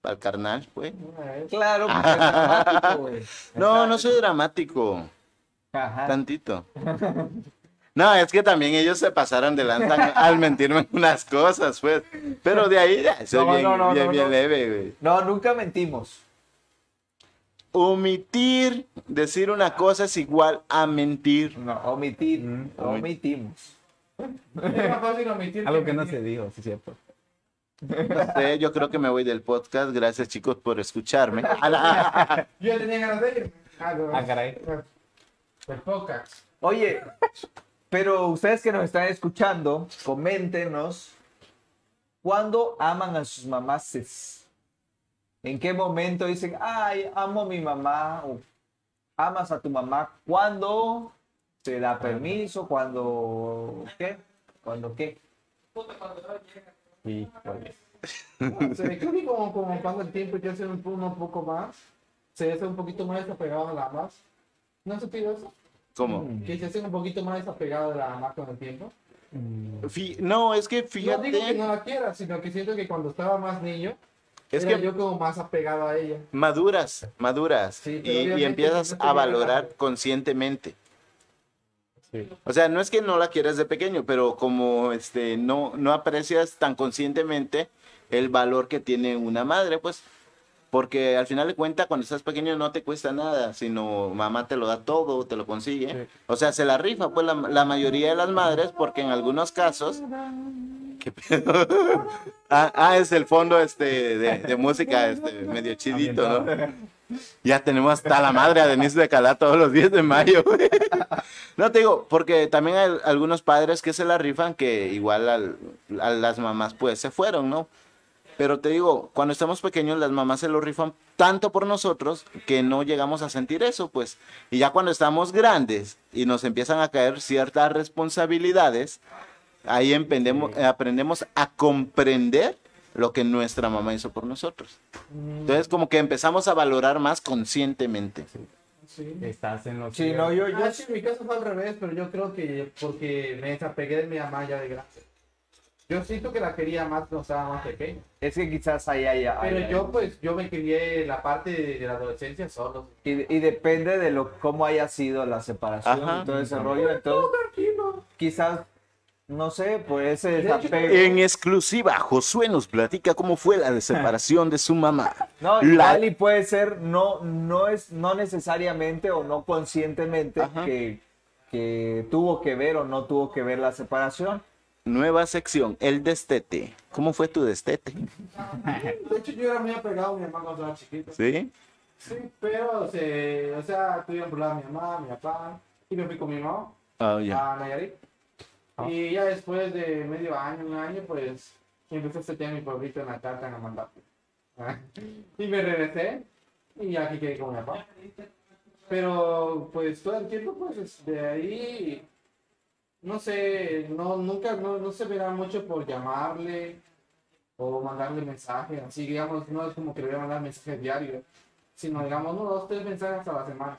[SPEAKER 2] para el carnal, güey.
[SPEAKER 5] Una vez.
[SPEAKER 1] Claro, porque es dramático, güey.
[SPEAKER 2] No, no soy dramático,
[SPEAKER 1] Ajá.
[SPEAKER 2] tantito. No, es que también ellos se pasaron de lanza al mentirme unas cosas, pues. Pero de ahí, ya, soy
[SPEAKER 1] No,
[SPEAKER 2] bien,
[SPEAKER 1] no, no,
[SPEAKER 2] bien,
[SPEAKER 1] no,
[SPEAKER 2] bien
[SPEAKER 1] no.
[SPEAKER 2] leve, güey.
[SPEAKER 1] No, nunca mentimos.
[SPEAKER 2] Omitir, decir una cosa es igual a mentir.
[SPEAKER 1] No, omitir. Omitimos.
[SPEAKER 5] Es más fácil omitir
[SPEAKER 4] Algo que no
[SPEAKER 5] mentir.
[SPEAKER 4] se dijo, sí, cierto.
[SPEAKER 2] No sé, yo creo que me voy del podcast. Gracias, chicos, por escucharme. ah,
[SPEAKER 5] Yo ya tenía ganas de ir. Ah, no.
[SPEAKER 4] Ah, caray.
[SPEAKER 5] Pues pocas.
[SPEAKER 1] Oye, pero ustedes que nos están escuchando, coméntenos cuándo aman a sus mamás. ¿En qué momento dicen, ay, amo a mi mamá? O amas a tu mamá cuando te da permiso, cuando qué, cuando qué.
[SPEAKER 4] Y, pues,
[SPEAKER 5] Se ve que como, como cuando el tiempo ya se un uno un poco más, se hace un poquito más desapegado de la más. ¿No has sentido eso?
[SPEAKER 2] ¿Cómo?
[SPEAKER 5] Que se hace un poquito más desapegado de la más con el tiempo.
[SPEAKER 4] Mm,
[SPEAKER 2] Fi- no, es que
[SPEAKER 5] No digo que no
[SPEAKER 2] fíjate,
[SPEAKER 5] la quiera, sino que siento que cuando estaba más niño,
[SPEAKER 2] es
[SPEAKER 5] era
[SPEAKER 2] que
[SPEAKER 5] yo como más apegado a ella.
[SPEAKER 2] maduras, maduras
[SPEAKER 5] Sí, pero
[SPEAKER 2] y- y,
[SPEAKER 5] obviamente
[SPEAKER 2] empiezas
[SPEAKER 5] no te
[SPEAKER 2] a
[SPEAKER 5] llega
[SPEAKER 2] valorar
[SPEAKER 5] la-
[SPEAKER 2] conscientemente.
[SPEAKER 4] sí.
[SPEAKER 2] O sea, no es que no la quieras de pequeño, pero como este no no aprecias tan conscientemente el valor que tiene una madre, pues porque al final de cuentas cuando estás pequeño no te cuesta nada, sino mamá te lo da todo, te lo consigue. O sea, se la rifa pues la, la mayoría de las madres porque en algunos casos ¿Qué pedo? ah, ah, es el fondo este de, de música este medio chidito, ¿no? Ya tenemos hasta la madre a Denise de Calá todos los 10 de mayo. güey. No te digo, porque también hay algunos padres que se la rifan que igual al- a las mamás pues se fueron, ¿no? Pero te digo, cuando estamos pequeños las mamás se lo rifan tanto por nosotros que no llegamos a sentir eso, pues. Y ya cuando estamos grandes y nos empiezan a caer ciertas responsabilidades, ahí empendemo- eh, aprendemos a comprender lo que nuestra mamá hizo por nosotros.
[SPEAKER 5] Mm,
[SPEAKER 2] Entonces como que empezamos a valorar más conscientemente.
[SPEAKER 5] Sí.
[SPEAKER 2] eh,
[SPEAKER 4] Estás en los.
[SPEAKER 1] Sí, no, yo, yo,
[SPEAKER 5] Ah, sí, en mi caso fue al revés, pero yo creo que porque me desapegué de mi mamá ya de grande. Yo siento que la quería más cuando estaba más pequeña.
[SPEAKER 1] es que quizás ahí hay,
[SPEAKER 5] Pero
[SPEAKER 1] hay-
[SPEAKER 5] yo pues, yo me crié la parte de, de la adolescencia solo.
[SPEAKER 1] y, y depende de lo cómo haya sido la separación
[SPEAKER 2] Ajá.
[SPEAKER 1] y todo ese rollo, entonces
[SPEAKER 5] Tranquilo.
[SPEAKER 1] quizás no sé, por ese
[SPEAKER 5] hecho,
[SPEAKER 1] desapego.
[SPEAKER 2] En exclusiva, Josué nos platica cómo fue la de separación de su mamá.
[SPEAKER 1] No,
[SPEAKER 2] La-
[SPEAKER 1] igual y puede ser, no, no es, no necesariamente o no conscientemente
[SPEAKER 2] Ajá.
[SPEAKER 1] que, que tuvo que ver o no tuvo que ver la separación.
[SPEAKER 2] Nueva sección, el destete. ¿Cómo fue tu destete?
[SPEAKER 5] De hecho yo era muy apegado a mi mamá cuando era chiquito.
[SPEAKER 2] ¿Sí?
[SPEAKER 5] Sí, pero, se- o sea, tuvieron problemas mi mamá, mi papá, y me fui con mi mamá
[SPEAKER 2] Oh, ya.
[SPEAKER 5] a Nayarit. Y ya después de medio año, un año, pues, empecé a setear mi pueblito en la carta en Amandapio. y me regresé, y aquí quedé con mi papá. Pero, pues, todo el tiempo, pues, de ahí, no sé, no, nunca, no, no se verá mucho por llamarle, o mandarle mensaje, así digamos, no es como que le voy a mandar mensajes diarios, sino digamos, no, dos, tres mensajes a la semana.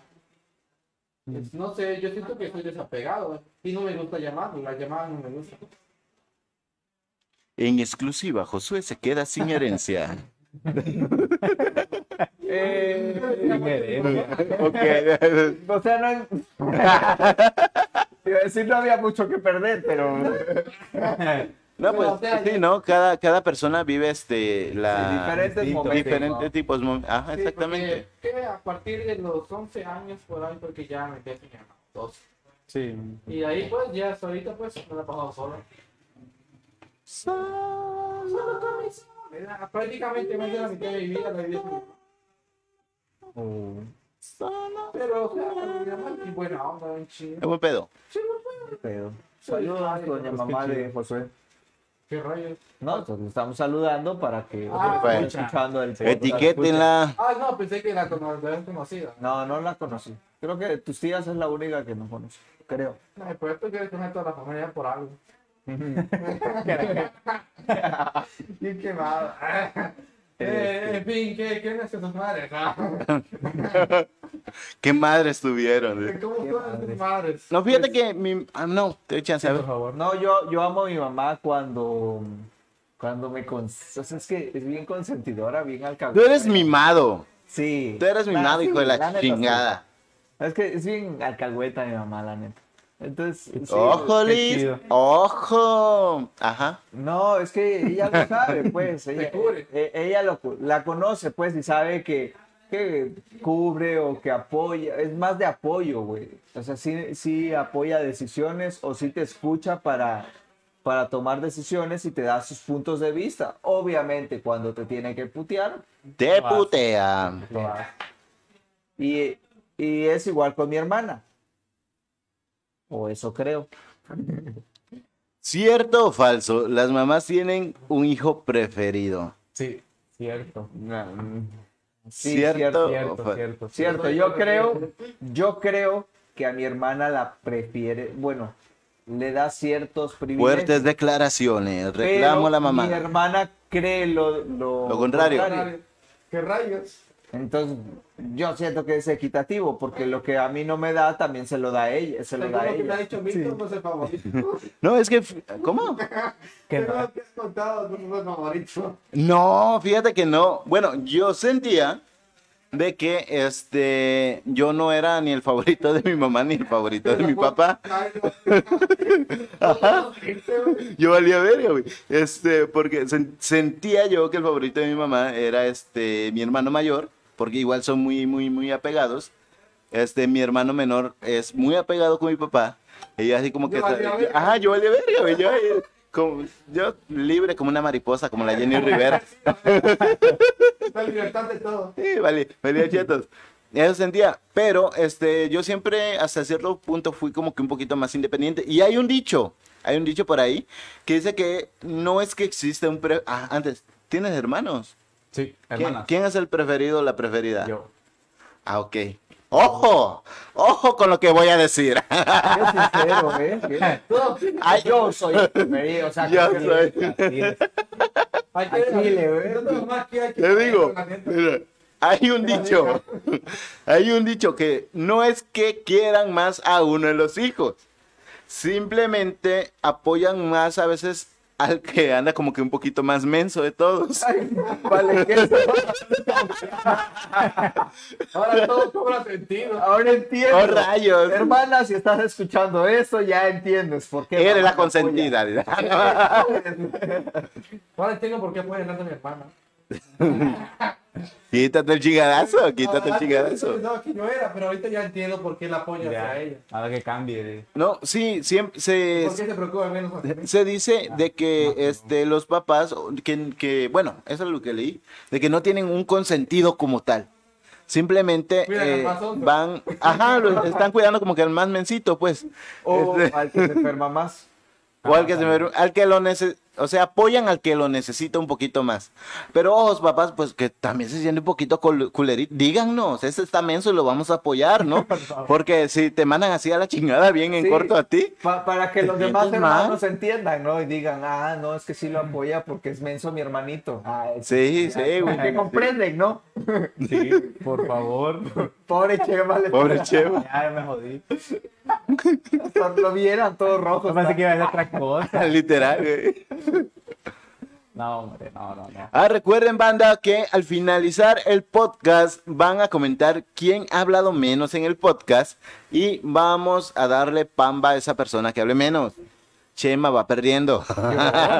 [SPEAKER 5] Pues, no sé, yo siento que estoy desapegado eh, y no me gusta llamar, las llamadas no me gustan.
[SPEAKER 2] En exclusiva, Josué se queda sin herencia. ok.
[SPEAKER 1] Eh, O sea, no. Iba a decir, no había mucho que perder, pero.
[SPEAKER 2] No,
[SPEAKER 5] Pero,
[SPEAKER 2] pues
[SPEAKER 5] o sea,
[SPEAKER 2] sí,
[SPEAKER 5] yo-
[SPEAKER 2] ¿no? Cada, cada persona vive este, la,
[SPEAKER 1] Sí, diferentes momentos,
[SPEAKER 2] diferentes
[SPEAKER 1] ¿no?
[SPEAKER 2] tipos. mom- Ajá,
[SPEAKER 5] Sí,
[SPEAKER 2] exactamente.
[SPEAKER 5] porque, eh, a partir de los 11 años por ahí, porque ya me quedé sin hermano, 12.
[SPEAKER 4] Sí.
[SPEAKER 5] Y de ahí pues ya hasta ahorita pues me la he pasado solo. Solo con mis amigas. Prácticamente me la mitad de mi vida, la vida es mi- Pero, o sea, mi mamá es buena onda, un
[SPEAKER 2] Es
[SPEAKER 5] chingo.
[SPEAKER 2] buen pedo.
[SPEAKER 1] Pero- Saludos, doña mamá de Josué.
[SPEAKER 5] ¿Qué rayos?
[SPEAKER 1] No, pues le estamos saludando para que
[SPEAKER 5] Ah,
[SPEAKER 1] esté
[SPEAKER 2] bueno.
[SPEAKER 1] escuchando el podcast.
[SPEAKER 2] Etiquétenla.
[SPEAKER 5] Ah, no, pensé que la cono- la habías conocido.
[SPEAKER 1] No, no la conocí. Creo que de tus tías es la única que no conoce. Creo.
[SPEAKER 5] No, después tú quieres conocer a toda la familia por algo. Bien quemado. Eh, en fin, ¿qué, qué nacen sus madres? ah?
[SPEAKER 2] ¿Qué madres tuvieron? eh.
[SPEAKER 5] ¿Cómo son sus madres?
[SPEAKER 2] No,
[SPEAKER 1] Pues
[SPEAKER 2] fíjate que mi... ah, no, te doy chance. a ver.
[SPEAKER 4] Por favor.
[SPEAKER 1] No, yo, yo amo a mi mamá cuando, cuando me cons o sea, es que es bien consentidora, bien alcahueta.
[SPEAKER 2] Tú eres mimado.
[SPEAKER 1] Sí.
[SPEAKER 2] Tú eres mimado,
[SPEAKER 1] Ah, sí,
[SPEAKER 2] hijo de la
[SPEAKER 1] neta, sí.
[SPEAKER 2] chingada.
[SPEAKER 1] Es que es bien alcahueta mi mamá, la neta. Entonces, sí,
[SPEAKER 2] ¡Ojo,
[SPEAKER 4] qué
[SPEAKER 2] Liz!
[SPEAKER 4] chido.
[SPEAKER 2] ¡Ojo! Ajá.
[SPEAKER 1] No, es que ella lo sabe, pues. Ella,
[SPEAKER 5] cubre.
[SPEAKER 1] e- ella lo, cu- la conoce, pues, y sabe que, que cubre o que apoya. Es más de apoyo, güey. O sea, sí, sí apoya decisiones o sí te escucha para, para tomar decisiones y te da sus puntos de vista. Obviamente, cuando te tiene que putear.
[SPEAKER 2] Te putea.
[SPEAKER 1] Y, y es igual con mi hermana. O eso creo.
[SPEAKER 2] ¿Cierto o falso? Las mamás tienen un hijo preferido.
[SPEAKER 4] Sí, cierto.
[SPEAKER 1] Sí,
[SPEAKER 2] ¿Cierto, o
[SPEAKER 4] Cierto,
[SPEAKER 2] falso?
[SPEAKER 4] cierto.
[SPEAKER 1] Cierto, yo creo, yo creo que a mi hermana la prefiere, bueno, le da ciertos privilegios.
[SPEAKER 2] Fuertes declaraciones.
[SPEAKER 1] pero
[SPEAKER 2] Reclamo a la mamá.
[SPEAKER 1] Mi hermana cree lo, lo,
[SPEAKER 2] Lo contrario.
[SPEAKER 5] ¿Qué rayos?
[SPEAKER 1] Entonces, yo siento que es equitativo, porque lo que a mí no me da también se lo da a ella, se lo
[SPEAKER 5] Según lo
[SPEAKER 1] da a
[SPEAKER 5] que me ha
[SPEAKER 1] ella.
[SPEAKER 5] dicho Víctor, no es el favorito.
[SPEAKER 2] No, es que, f- ¿cómo?
[SPEAKER 4] Qué
[SPEAKER 5] Según
[SPEAKER 4] raro.
[SPEAKER 5] lo que has contado, no es el favorito.
[SPEAKER 2] No, fíjate que no. Bueno, yo sentía de que este yo no era ni el favorito de mi mamá ni el favorito de mi papá.
[SPEAKER 5] Ay, no.
[SPEAKER 2] Yo valía verga, güey. Este, porque sen- sentía yo que el favorito de mi mamá era este mi hermano mayor, porque igual son muy muy muy apegados. Este, mi hermano menor es muy apegado con mi papá. Ella así como que
[SPEAKER 5] Yo valía verga.
[SPEAKER 2] ajá, yo valía verga, güey. Yo, eh, como- yo libre como una mariposa, como la Jenny Rivera.
[SPEAKER 5] La libertad de todo.
[SPEAKER 2] Sí, vale, valía chetos. Eso sentía, pero este, yo siempre hasta cierto punto fui como que un poquito más independiente. Y hay un dicho, hay un dicho por ahí que dice que no es que exista un... Pre... Ah, antes, ¿tienes hermanos?
[SPEAKER 4] Sí,
[SPEAKER 2] ¿Quién-
[SPEAKER 4] hermana.
[SPEAKER 2] ¿Quién, es el preferido o la preferida?
[SPEAKER 4] Yo.
[SPEAKER 2] Ah, ok. ¡Ojo! ¡Ojo con lo que voy a decir!
[SPEAKER 1] Qué sincero, ¿eh? Qué-
[SPEAKER 2] Ay,
[SPEAKER 1] yo soy el preferido, o sea,
[SPEAKER 2] Yo
[SPEAKER 1] que-
[SPEAKER 2] soy.
[SPEAKER 4] Así es.
[SPEAKER 5] Hay que
[SPEAKER 1] Al chile, güey.
[SPEAKER 5] No, no, más que hay que-
[SPEAKER 2] Te digo,
[SPEAKER 5] la neta.
[SPEAKER 2] mira, hay un dicho, hay un dicho que no es que quieran más a uno de los hijos, simplemente apoyan más a veces al que anda como que un poquito más menso de todos.
[SPEAKER 1] Vale, que eso-
[SPEAKER 5] Ahora todo cobra sentido.
[SPEAKER 1] ahora entiendo.
[SPEAKER 2] ¡Oh, rayos!
[SPEAKER 1] Hermana, si estás escuchando esto, ya entiendes por qué.
[SPEAKER 2] Eres la
[SPEAKER 1] mamá te apoya.
[SPEAKER 2] consentida.
[SPEAKER 5] Ahora entiendo por qué puede ganar mi hermana.
[SPEAKER 2] quítate el chingadazo, quítate el
[SPEAKER 5] Antes
[SPEAKER 2] chingadazo.
[SPEAKER 5] pensaba que no era, pero ahorita ya entiendo por qué la apoya hacia ella.
[SPEAKER 4] Ya, Ahora que cambie. de-
[SPEAKER 2] No, sí, siempre se...
[SPEAKER 5] ¿Por qué se preocupa menos hacia mí?
[SPEAKER 2] se dice de que este los papás o- que, que bueno eso es lo que leí de que no tienen un consentido como tal simplemente
[SPEAKER 5] Cuidan al
[SPEAKER 2] eh,
[SPEAKER 5] más hondo.
[SPEAKER 2] van ajá lo están cuidando como que al más mencito pues
[SPEAKER 1] O
[SPEAKER 2] Este,
[SPEAKER 1] al que se enferma más.
[SPEAKER 2] o al que se me- al que lo nece- O sea, apoyan al que lo necesita un poquito más. Pero ojos, papás, pues que también se siente un poquito cul- culerito. Díganos, este está menso y lo vamos a apoyar, ¿no? Porque si te mandan así a la chingada bien en
[SPEAKER 1] Sí.
[SPEAKER 2] corto a ti,
[SPEAKER 1] Pa- para que los
[SPEAKER 2] ¿Te
[SPEAKER 1] demás
[SPEAKER 2] sientes mal?
[SPEAKER 1] hermanos entiendan, ¿no? Y digan, ah, no, es que sí lo apoya porque es menso mi hermanito. Ah, es-
[SPEAKER 2] Sí, sí,
[SPEAKER 1] como
[SPEAKER 2] güey.
[SPEAKER 1] que comprenden, ¿no?
[SPEAKER 4] Sí, por favor.
[SPEAKER 1] Pobre Chema, le
[SPEAKER 2] pobre Cheva.
[SPEAKER 4] Ya me jodí.
[SPEAKER 1] lo vieran todo rojo.
[SPEAKER 4] Yo pensé que iba a ser otra cosa.
[SPEAKER 2] Literal, güey.
[SPEAKER 4] No, hombre, no, no, no.
[SPEAKER 2] Ah, recuerden, banda, que al finalizar el podcast van a comentar quién ha hablado menos en el podcast y vamos a darle pamba a esa persona que hable menos. Chema va perdiendo.
[SPEAKER 4] Yo,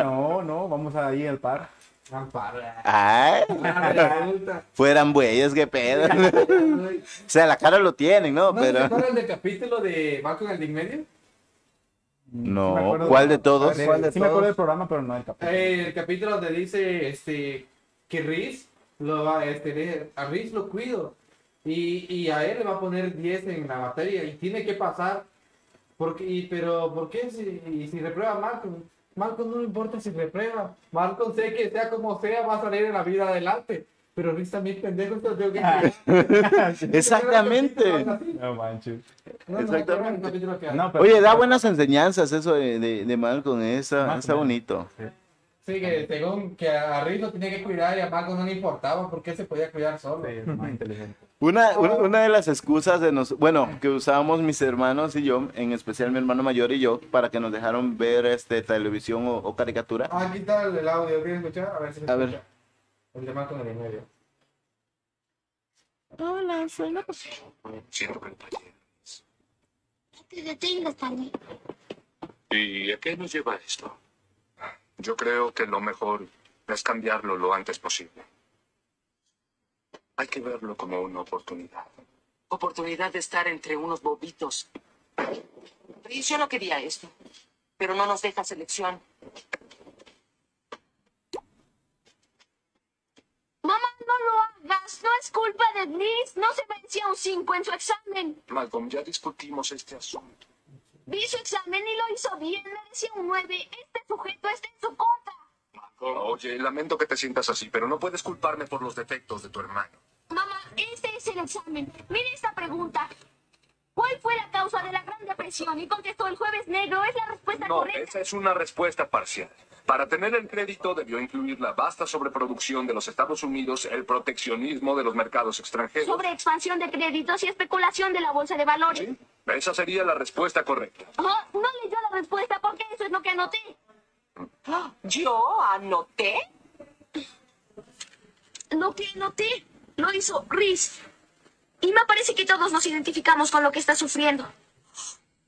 [SPEAKER 4] No, no, vamos a ir al par.
[SPEAKER 3] Ampara.
[SPEAKER 2] Ay,
[SPEAKER 3] Ampara.
[SPEAKER 2] fueran bueyes, qué pedo. o sea, la cara lo tienen, ¿no?
[SPEAKER 3] ¿No se
[SPEAKER 2] Pero
[SPEAKER 3] acuerdan del capítulo de Marco en el Medio?
[SPEAKER 4] Sí me
[SPEAKER 2] no,
[SPEAKER 4] acuerdo
[SPEAKER 2] ¿cuál de todos?
[SPEAKER 4] Sí,
[SPEAKER 1] ¿Cuál de
[SPEAKER 4] sí me acuerdo
[SPEAKER 1] todos?
[SPEAKER 4] del programa, pero no del capítulo.
[SPEAKER 3] Eh, el capítulo donde dice este que Riz lo va, este, le- a Riz lo cuido y, y a él le va a poner 10 en la materia y tiene que pasar porque y- pero ¿por qué si, y si reprueba a Malcolm? Malcolm no le importa si reprueba. Malcolm sé que sea como sea va a salir en la vida adelante. Pero Riz también pendejo, esto lo tengo que
[SPEAKER 2] Exactamente.
[SPEAKER 4] No manches.
[SPEAKER 3] No, no,
[SPEAKER 2] Exactamente.
[SPEAKER 3] el capítulo que hay.
[SPEAKER 4] No, pero-
[SPEAKER 2] Oye, da buenas enseñanzas eso de, de, de Malcolm, está,
[SPEAKER 4] Malcolm,
[SPEAKER 2] está
[SPEAKER 4] ¿eh?
[SPEAKER 2] bonito.
[SPEAKER 3] Sí, que según que a Riz lo tenía que cuidar y a Malcolm no le importaba porque se podía cuidar solo.
[SPEAKER 4] Sí, es más inteligente.
[SPEAKER 2] Una, una, una de las excusas de nos, bueno, que usábamos mis hermanos y yo, en especial mi hermano mayor y yo, para que nos dejaron ver este televisión o, o caricatura.
[SPEAKER 3] Ah, Aquí está el, el audio, ¿quieres escuchar? A ver si se
[SPEAKER 2] A ver.
[SPEAKER 3] escucha. El de Marco en el medio.
[SPEAKER 6] Hola, soy la No te detengas, Tani.
[SPEAKER 7] ¿Y a qué nos lleva esto? Yo creo que lo mejor es cambiarlo lo antes posible. Hay que verlo como una oportunidad.
[SPEAKER 8] oportunidad de estar entre unos bobitos. Y Yo no quería esto, pero no nos deja selección.
[SPEAKER 9] Mamá, no lo hagas. No es culpa de Liz. No se venció un 5 en su examen.
[SPEAKER 7] Malcolm, ya discutimos este asunto.
[SPEAKER 9] Vi su examen y lo hizo bien. Merecía un 9. Este sujeto está en su contra.
[SPEAKER 7] Oye, lamento que te sientas así, pero no puedes culparme por los defectos de tu hermano.
[SPEAKER 9] Mamá, este es el examen. Mire esta pregunta. ¿Cuál fue la causa de la Gran Depresión? Y contestó el jueves negro. Es la respuesta
[SPEAKER 7] No,
[SPEAKER 9] correcta.
[SPEAKER 7] esa es una respuesta parcial. Para tener el crédito debió incluir la vasta sobreproducción de los Estados Unidos, el proteccionismo de los mercados extranjeros.
[SPEAKER 9] Sobre expansión de créditos y especulación de la bolsa de valores.
[SPEAKER 7] Sí, esa sería la respuesta correcta.
[SPEAKER 9] Ah, no leyó la respuesta porque eso es lo que anoté.
[SPEAKER 8] Yo anoté.
[SPEAKER 9] Lo que anoté lo hizo Riz. Y me parece que todos nos identificamos con lo que está sufriendo.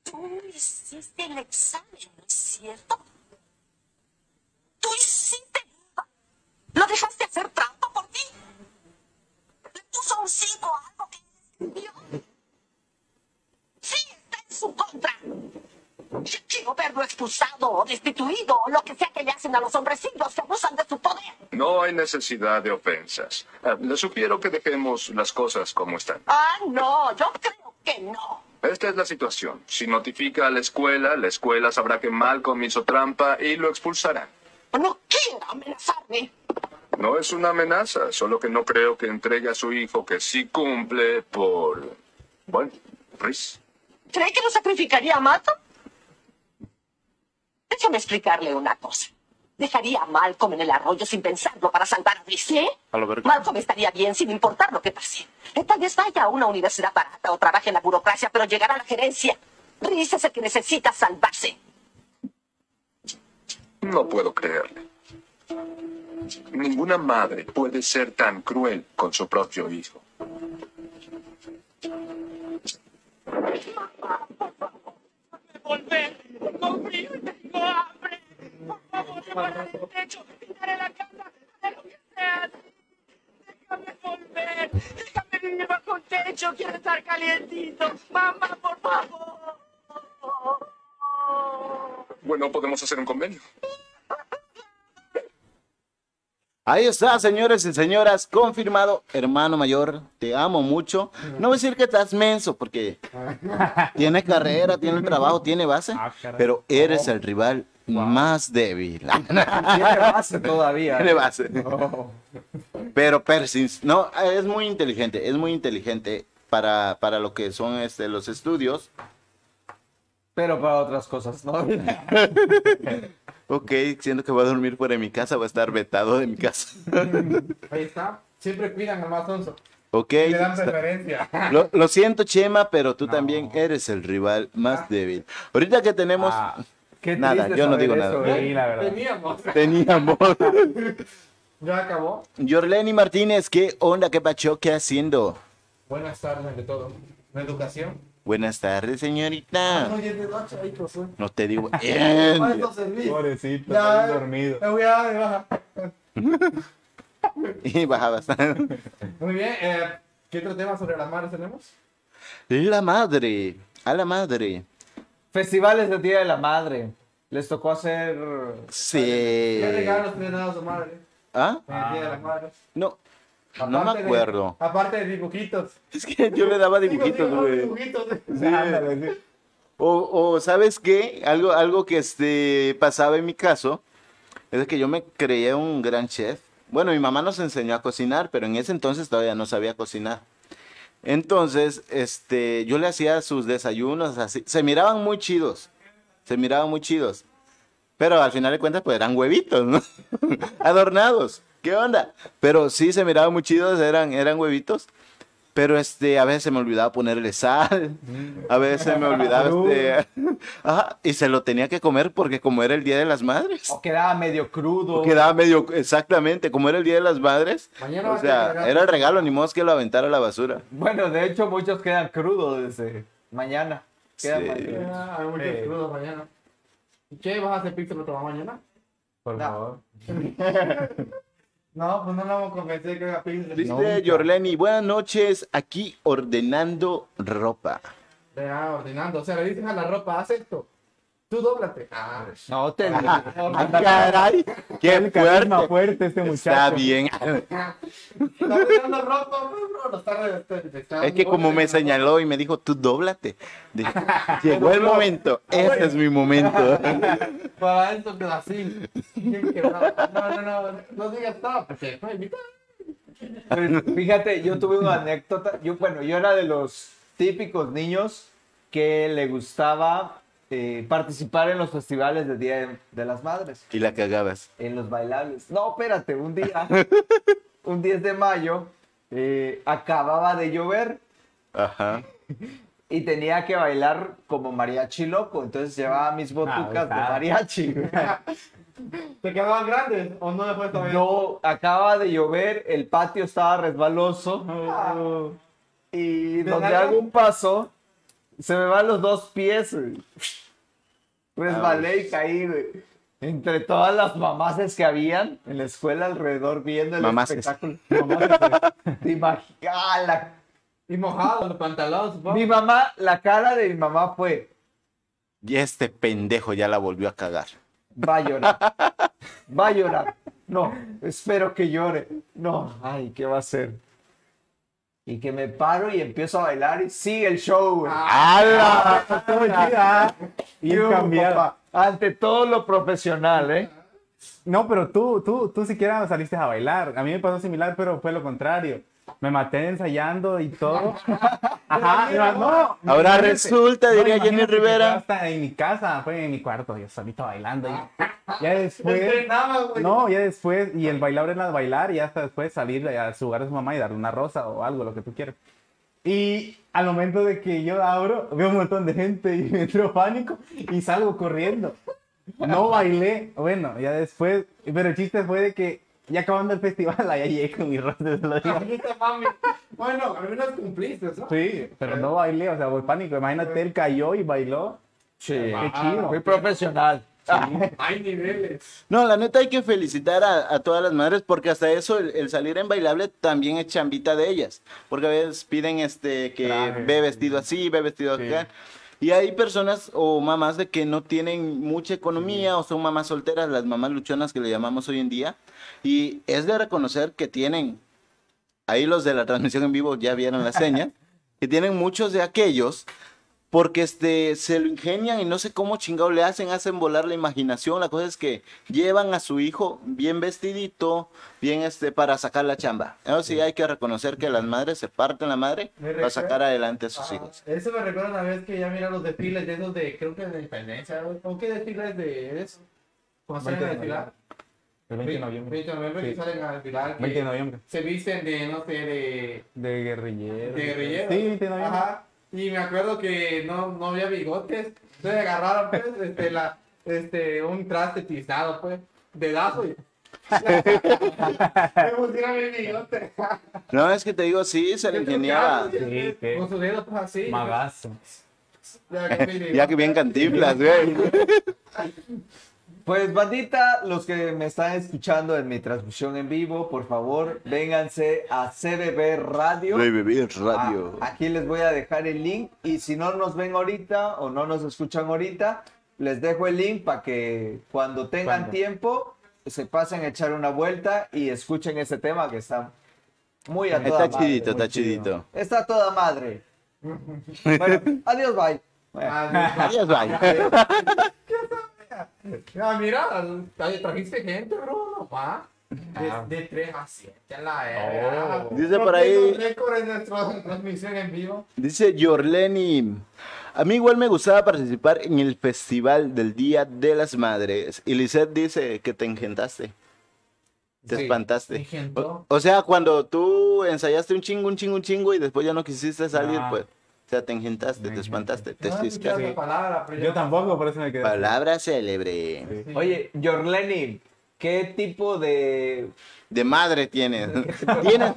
[SPEAKER 8] Tú hiciste el examen, ¿no es cierto? Tú hiciste. ¿Lo dejaste hacer trampa por ti? ¿Le puso un 5 a algo que escribió? Sí, está en su contra. Yo quiero verlo expulsado o destituido o lo que sea que le hacen a los hombrecillos que abusan de su poder.
[SPEAKER 7] No hay necesidad de ofensas. Eh, Le sugiero que dejemos las cosas como están.
[SPEAKER 8] Ah, no, yo creo que no.
[SPEAKER 7] Esta es la situación. Si notifica a la escuela, la escuela sabrá que Malcolm hizo trampa y lo expulsarán.
[SPEAKER 8] No quiero amenazarme.
[SPEAKER 7] No es una amenaza, solo que no creo que entregue a su hijo que sí cumple por... Bueno, Riz.
[SPEAKER 8] ¿Cree que lo sacrificaría a Malcolm? Déjame explicarle una cosa. Dejaría a Malcolm en el arroyo sin pensarlo para salvar a Brice.
[SPEAKER 7] A lo verga.
[SPEAKER 8] Malcolm estaría bien sin importar lo que pase. Eh, Tal vez vaya a una universidad barata o trabaje en la burocracia, pero llegará a la gerencia. Brice es el que necesita salvarse.
[SPEAKER 7] No puedo creerle. Ninguna madre puede ser tan cruel con su propio hijo.
[SPEAKER 8] Volver. Tengo frío y tengo hambre. Por favor, separa del techo, quitaré la casa, de lo que sea. Déjame volver. Déjame vivir bajo un techo. Quiero estar calientito. Mamá, por favor.
[SPEAKER 7] Bueno, podemos hacer un convenio.
[SPEAKER 2] Ahí está, señores y señoras, confirmado, hermano mayor, te amo mucho. No voy a decir que estás menso, porque tiene carrera, tiene trabajo, tiene base,
[SPEAKER 4] Ah, caray.
[SPEAKER 2] pero eres el rival más débil.
[SPEAKER 1] Tiene base todavía.
[SPEAKER 2] Tiene base.
[SPEAKER 1] No.
[SPEAKER 2] Pero Persins, no, es muy inteligente, es muy inteligente para, para lo que son este, los estudios.
[SPEAKER 1] Pero para otras cosas, ¿no?
[SPEAKER 2] Ok, siento que va a dormir fuera de mi casa, va a estar vetado de mi casa.
[SPEAKER 3] Ahí está. Siempre cuidan al más onzo.
[SPEAKER 2] Ok.
[SPEAKER 3] Y le dan
[SPEAKER 2] está-
[SPEAKER 3] preferencia.
[SPEAKER 2] Lo, lo siento, Chema, pero tú
[SPEAKER 3] No.
[SPEAKER 2] también eres el rival más débil. Ahorita que tenemos.
[SPEAKER 4] Ah,
[SPEAKER 1] Qué
[SPEAKER 2] Nada,
[SPEAKER 1] triste
[SPEAKER 2] yo no
[SPEAKER 1] saber
[SPEAKER 2] digo
[SPEAKER 1] eso,
[SPEAKER 2] nada.
[SPEAKER 1] ¿eh?
[SPEAKER 4] Sí, la verdad.
[SPEAKER 3] Teníamos.
[SPEAKER 2] Teníamos.
[SPEAKER 3] Ya acabó.
[SPEAKER 2] Yorleni Martínez, ¿qué onda? ¿Qué pacho? ¿Qué haciendo?
[SPEAKER 3] Buenas tardes ante todo. La educación.
[SPEAKER 2] Buenas tardes, señorita.
[SPEAKER 3] Oye, de noche, ahí cruzó.
[SPEAKER 2] No te digo. eh,
[SPEAKER 3] Ah,
[SPEAKER 2] bien.
[SPEAKER 3] entonces, Luis.
[SPEAKER 4] Pobrecito,
[SPEAKER 3] Ya,
[SPEAKER 4] está bien dormido.
[SPEAKER 3] Me voy a dar de baja.
[SPEAKER 2] Y bajabas.
[SPEAKER 3] Muy bien. eh, ¿Qué otro tema sobre las madres tenemos?
[SPEAKER 2] La madre. A la madre.
[SPEAKER 1] Festivales de Día de la Madre. Les tocó hacer.
[SPEAKER 2] Sí.
[SPEAKER 3] ¿Qué regalos le han dado a su madre?
[SPEAKER 2] ¿Ah?
[SPEAKER 3] En el Día de las Madres.
[SPEAKER 2] No. No me
[SPEAKER 3] Aparte de-
[SPEAKER 2] acuerdo.
[SPEAKER 3] aparte de dibujitos.
[SPEAKER 2] Es que yo le daba
[SPEAKER 3] Digo,
[SPEAKER 2] dibujitos,
[SPEAKER 3] digo,
[SPEAKER 2] güey.
[SPEAKER 3] dibujitos.
[SPEAKER 4] Ándale, sí.
[SPEAKER 2] O, o, ¿sabes qué? Algo, algo que este, pasaba en mi caso es que yo me creía un gran chef. Bueno, mi mamá nos enseñó a cocinar, pero en ese entonces todavía no sabía cocinar. Entonces, este, yo le hacía sus desayunos así. Se miraban muy chidos. Se miraban muy chidos. Pero al final de cuentas, pues eran huevitos, ¿no? Adornados. ¿Qué onda? Pero sí, se miraban muy chidos, eran, eran huevitos. Pero este, a veces se me olvidaba ponerle sal. A veces me olvidaba este. Ajá, y se lo tenía que comer porque como era el Día de las Madres.
[SPEAKER 1] O quedaba medio crudo.
[SPEAKER 2] Quedaba medio, exactamente, como era el Día de las Madres.
[SPEAKER 3] Mañana
[SPEAKER 2] o
[SPEAKER 3] vas a
[SPEAKER 2] sea,
[SPEAKER 3] entregar.
[SPEAKER 2] era el regalo, ni modo que lo aventara a la basura.
[SPEAKER 1] Bueno, de hecho, muchos quedan crudos desde mañana. Quedan
[SPEAKER 2] Sí.
[SPEAKER 1] mañana.
[SPEAKER 3] Ah, hay muchos
[SPEAKER 4] Eh.
[SPEAKER 3] crudos mañana. ¿Qué? ¿Vas a hacer pizza para tomar mañana?
[SPEAKER 4] Por
[SPEAKER 1] No.
[SPEAKER 4] favor.
[SPEAKER 3] No, pues no lo vamos a convencer que haga pizza.
[SPEAKER 2] Dice Yorleni, buenas noches, aquí ordenando ropa.
[SPEAKER 3] Vea, ordenando. O sea, le dicen a la ropa, haz esto. Tú dóblate. Ah,
[SPEAKER 1] No te
[SPEAKER 2] ¡Ah, caray! ¡Qué
[SPEAKER 4] El carisma
[SPEAKER 2] fuerte!
[SPEAKER 4] fuerte este muchacho.
[SPEAKER 2] Está bien.
[SPEAKER 3] Está ordenando ropa, bro, bro, lo está re- está- está-
[SPEAKER 2] Es que como me señaló y me dijo, tú dóblate. Dije, Llegó el momento, este es mi momento.
[SPEAKER 3] Para esto que así. Bien quebrado. No, no, no. No digas
[SPEAKER 2] Ah,
[SPEAKER 3] nada,
[SPEAKER 2] pues
[SPEAKER 3] porque no invita.
[SPEAKER 1] Pero Fíjate, yo tuve una anécdota. Yo, bueno, yo era de los típicos niños que le gustaba eh, participar en los festivales de Día de, de las Madres,
[SPEAKER 2] Y la cagabas.
[SPEAKER 1] en los bailables. No, espérate, un día, un 10 de mayo, eh, acababa de llover
[SPEAKER 2] Ajá.
[SPEAKER 1] y tenía que bailar como mariachi loco. Entonces llevaba mis botucas de
[SPEAKER 4] está.
[SPEAKER 1] mariachi.
[SPEAKER 3] ¿Te quedaban grandes o no después todavía?
[SPEAKER 1] No, acaba de llover, el patio estaba resbaloso. Y
[SPEAKER 3] ¿De
[SPEAKER 1] donde
[SPEAKER 3] nada?
[SPEAKER 1] hago un paso, se me van los dos pies. güey. Resbalé y caí, güey. Entre todas las mamaces que habían en la escuela alrededor viendo el
[SPEAKER 2] Mamaces.
[SPEAKER 1] espectáculo. Mamaces, güey. Te imagi- ah, la-
[SPEAKER 3] Y mojado, los pantalones, supongo.
[SPEAKER 1] Mi mamá, la cara de mi mamá fue,
[SPEAKER 2] Y este pendejo ya la volvió a cagar.
[SPEAKER 1] va a llorar. Va a llorar. No, espero que llore. No, ay, ¿qué va a hacer? Y que me paro y empiezo a bailar y sigue el show, güey.
[SPEAKER 4] Ah,
[SPEAKER 2] ¡Hala!
[SPEAKER 4] Bien
[SPEAKER 1] Yo,
[SPEAKER 4] cambiado.
[SPEAKER 1] papá, Ante todo lo profesional, ¿eh?
[SPEAKER 4] No, pero tú, tú, tú siquiera saliste a bailar. A mí me pasó similar, pero fue lo contrario. Me maté ensayando y todo. Ajá, no, no.
[SPEAKER 2] Ahora
[SPEAKER 4] imagínate.
[SPEAKER 2] resulta,
[SPEAKER 4] No,
[SPEAKER 2] diría Jenny
[SPEAKER 4] imagínate que fue
[SPEAKER 2] Rivera.
[SPEAKER 4] Hasta en mi casa, fue en mi cuarto, yo solito bailando. y- ya después.
[SPEAKER 3] Entrenaba, güey.
[SPEAKER 4] No, ya después, y el bailar era bailar y hasta después salir a su hogar de su mamá y darle una rosa o algo, lo que tú quieras. Y al momento de que yo abro, veo un montón de gente y me entró pánico y salgo corriendo. No bailé, bueno, ya después, pero el chiste fue de que ya acabando el festival, allá llegué con mi rosa, se lo digo.
[SPEAKER 3] Ahí está, mami. Bueno, al menos cumpliste, ¿no?
[SPEAKER 4] Sí, pero no bailé, o sea, fue pánico. Imagínate, él cayó y bailó.
[SPEAKER 1] Sí.
[SPEAKER 4] Qué chido.
[SPEAKER 1] Muy profesional.
[SPEAKER 3] Ah, Hay niveles.
[SPEAKER 2] No, la neta hay que felicitar a, a todas las madres porque hasta eso el, el salir en bailable también es chambita de ellas. Porque a veces piden este que
[SPEAKER 4] Traje.
[SPEAKER 2] ve vestido así, ve vestido
[SPEAKER 4] Sí.
[SPEAKER 2] acá. Y hay personas o mamás de que no tienen mucha economía o son mamás solteras, las mamás luchonas que le llamamos hoy en día. Y es de reconocer que tienen, ahí los de la transmisión en vivo ya vieron la seña, que tienen muchos de aquellos porque este, se lo ingenian y no sé cómo chingado le hacen, hacen volar la imaginación. La cosa es que llevan a su hijo bien vestidito, bien este, para sacar la chamba. Eso sí, hay que reconocer que las madres se parten la madre
[SPEAKER 3] Me
[SPEAKER 2] para
[SPEAKER 3] recuerda-
[SPEAKER 2] sacar adelante a sus
[SPEAKER 3] Ah,
[SPEAKER 2] hijos.
[SPEAKER 3] Eso me recuerda una vez que ya mira los desfiles de esos de, creo que de Independencia, güey. ¿o qué desfiles de eso? ¿Cómo salen a
[SPEAKER 4] 20 de
[SPEAKER 3] desfilar?
[SPEAKER 4] El 20 de noviembre.
[SPEAKER 3] 20 de noviembre que
[SPEAKER 4] Sí.
[SPEAKER 3] salen a desfilar. que
[SPEAKER 4] 20 de noviembre.
[SPEAKER 3] Se visten de, no sé, de,
[SPEAKER 4] De guerrillero.
[SPEAKER 3] de guerrilleros.
[SPEAKER 4] Sí, 20 de noviembre.
[SPEAKER 3] Ajá. Y me acuerdo que no, no había bigotes. Entonces agarraron, pues, este, la, este, un traste tizado, pues, dedazo. Y... me pusieron mi bigote.
[SPEAKER 2] No, es que te digo, sí, se lo ingeniaba.
[SPEAKER 4] Sí, qué
[SPEAKER 3] Con sus dedos, pues, así.
[SPEAKER 4] magazo.
[SPEAKER 3] Ya que mi
[SPEAKER 2] Ya que bien cantiflas, güey.
[SPEAKER 1] Pues bandita, los que me están escuchando en mi transmisión en vivo, por favor, vénganse a CBB Radio.
[SPEAKER 2] Revivir
[SPEAKER 1] Ah,
[SPEAKER 2] radio.
[SPEAKER 1] aquí les voy a dejar el link y si no nos ven ahorita o no nos escuchan ahorita, les dejo el link para que cuando tengan
[SPEAKER 4] Cuando.
[SPEAKER 1] tiempo se pasen a echar una vuelta y escuchen ese tema que está muy a toda
[SPEAKER 2] Está
[SPEAKER 1] madre.
[SPEAKER 2] chidito,
[SPEAKER 1] Ah, muy
[SPEAKER 2] está
[SPEAKER 1] chido.
[SPEAKER 2] chidito.
[SPEAKER 1] Está a toda madre. Bueno, adiós, bye. Bueno,
[SPEAKER 3] Ah,
[SPEAKER 2] Adiós, bye.
[SPEAKER 3] Ah, mira, ahí trajiste gente, bro, no pa. De, de 3 a 7 la era.
[SPEAKER 2] Oh. Dice por ahí-
[SPEAKER 3] Un Ah, récord en nuestra transmisión en vivo.
[SPEAKER 2] Dice Yorleni, a mí igual me gustaba participar en el festival del Día de las Madres. Y Lisette dice que te engentaste. Te
[SPEAKER 3] Sí, me
[SPEAKER 2] espantaste. O,
[SPEAKER 3] engentó.
[SPEAKER 2] o sea, cuando tú ensayaste un chingo, un chingo, un chingo y después ya no quisiste salir,
[SPEAKER 4] Ah.
[SPEAKER 2] pues. O sea, te engentaste, te espantaste, te
[SPEAKER 3] no he escuchado
[SPEAKER 2] esciscaste.
[SPEAKER 3] la palabra, pero
[SPEAKER 4] Yo tampoco, por eso me quedé. así.
[SPEAKER 2] Palabra célebre.
[SPEAKER 3] Sí.
[SPEAKER 1] Oye, Jorleni, ¿qué tipo de...
[SPEAKER 2] De madre tienes. ¿Tienes?